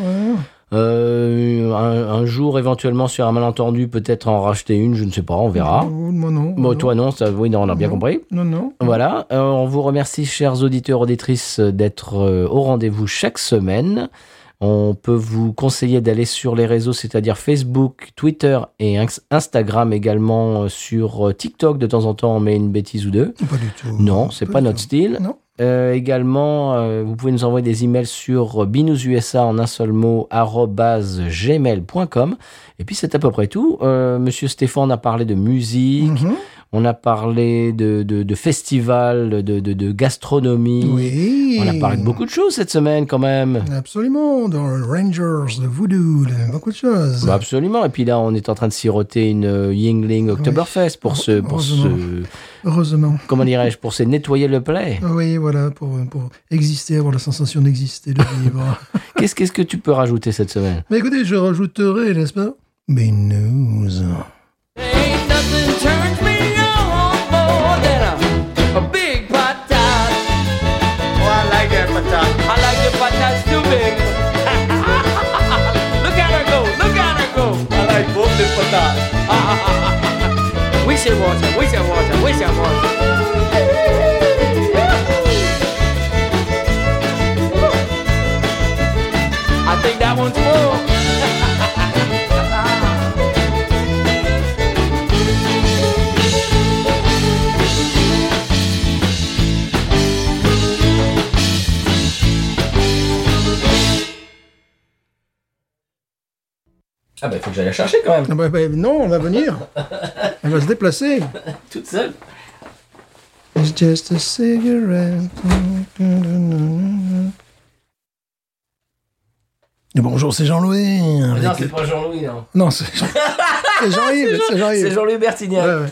Speaker 2: voilà.
Speaker 1: Euh, un, un jour, éventuellement, sur un malentendu, peut-être en racheter une, je ne sais pas, on verra.
Speaker 2: Oh, Moi, non.
Speaker 1: Bon, toi, non, ça, oui, non, on a bien compris.
Speaker 2: Non, non.
Speaker 1: Voilà, Euh, on vous remercie, chers auditeurs, auditrices, euh, d'être euh, au rendez-vous chaque semaine. On peut vous conseiller d'aller sur les réseaux, c'est-à-dire Facebook, Twitter et Inx- Instagram également, euh, sur euh, TikTok de temps en temps, on met une bêtise ou deux.
Speaker 2: Pas du tout.
Speaker 1: Non, c'est pas
Speaker 2: du
Speaker 1: notre
Speaker 2: tout.
Speaker 1: style.
Speaker 2: Non.
Speaker 1: Euh, également, euh, vous pouvez nous envoyer des emails sur binoususa en un seul mot arobase gmail.com. Et puis c'est à peu près tout. Euh, Monsieur Stéphane a parlé de musique,
Speaker 2: Mhm.
Speaker 1: on a parlé de, de, de festivals, de, de, de gastronomie.
Speaker 2: Oui.
Speaker 1: On a parlé de beaucoup de choses cette semaine quand même.
Speaker 2: Absolument, dans le Rangers, le Voodoo, le- beaucoup de choses.
Speaker 1: Bah, absolument. Et puis là, on est en train de siroter une euh, Yingling Oktoberfest pour ce, pour ce,
Speaker 2: Heureusement. Heureusement.
Speaker 1: comment dirais-je, pour se nettoyer le plaid.
Speaker 2: Ah Oui, voilà, pour, pour exister, avoir la sensation d'exister, de
Speaker 1: [LAUGHS]
Speaker 2: vivre.
Speaker 1: Qu'est-ce qu'est-ce que tu peux rajouter cette semaine?
Speaker 2: Mais écoutez, je rajouterai, n'est-ce pas Mais news.
Speaker 6: Ain't nothing turns me on more than a, a big patat. Oh, I like that patat. I like the patats too big. [LAUGHS] look at her go, look at her go. I like both the [LAUGHS] patats. we should watch her, we should watch her, we should watch her. I think that one's full.
Speaker 1: Ah bah faut que j'aille la chercher quand même,
Speaker 2: Ah bah, bah, non, on va venir. Elle va se déplacer.
Speaker 1: toute seule.
Speaker 2: It's just a cigarette. Et bonjour, c'est Jean-Louis.
Speaker 1: Ah non,
Speaker 2: avec-
Speaker 1: c'est pas Jean-Louis, hein. non. [LAUGHS]
Speaker 2: Non, c'est Jean- c'est Jean-Yves. C'est Jean-Yves.
Speaker 1: C'est Jean-Louis Bertignac.
Speaker 2: Ouais, ouais.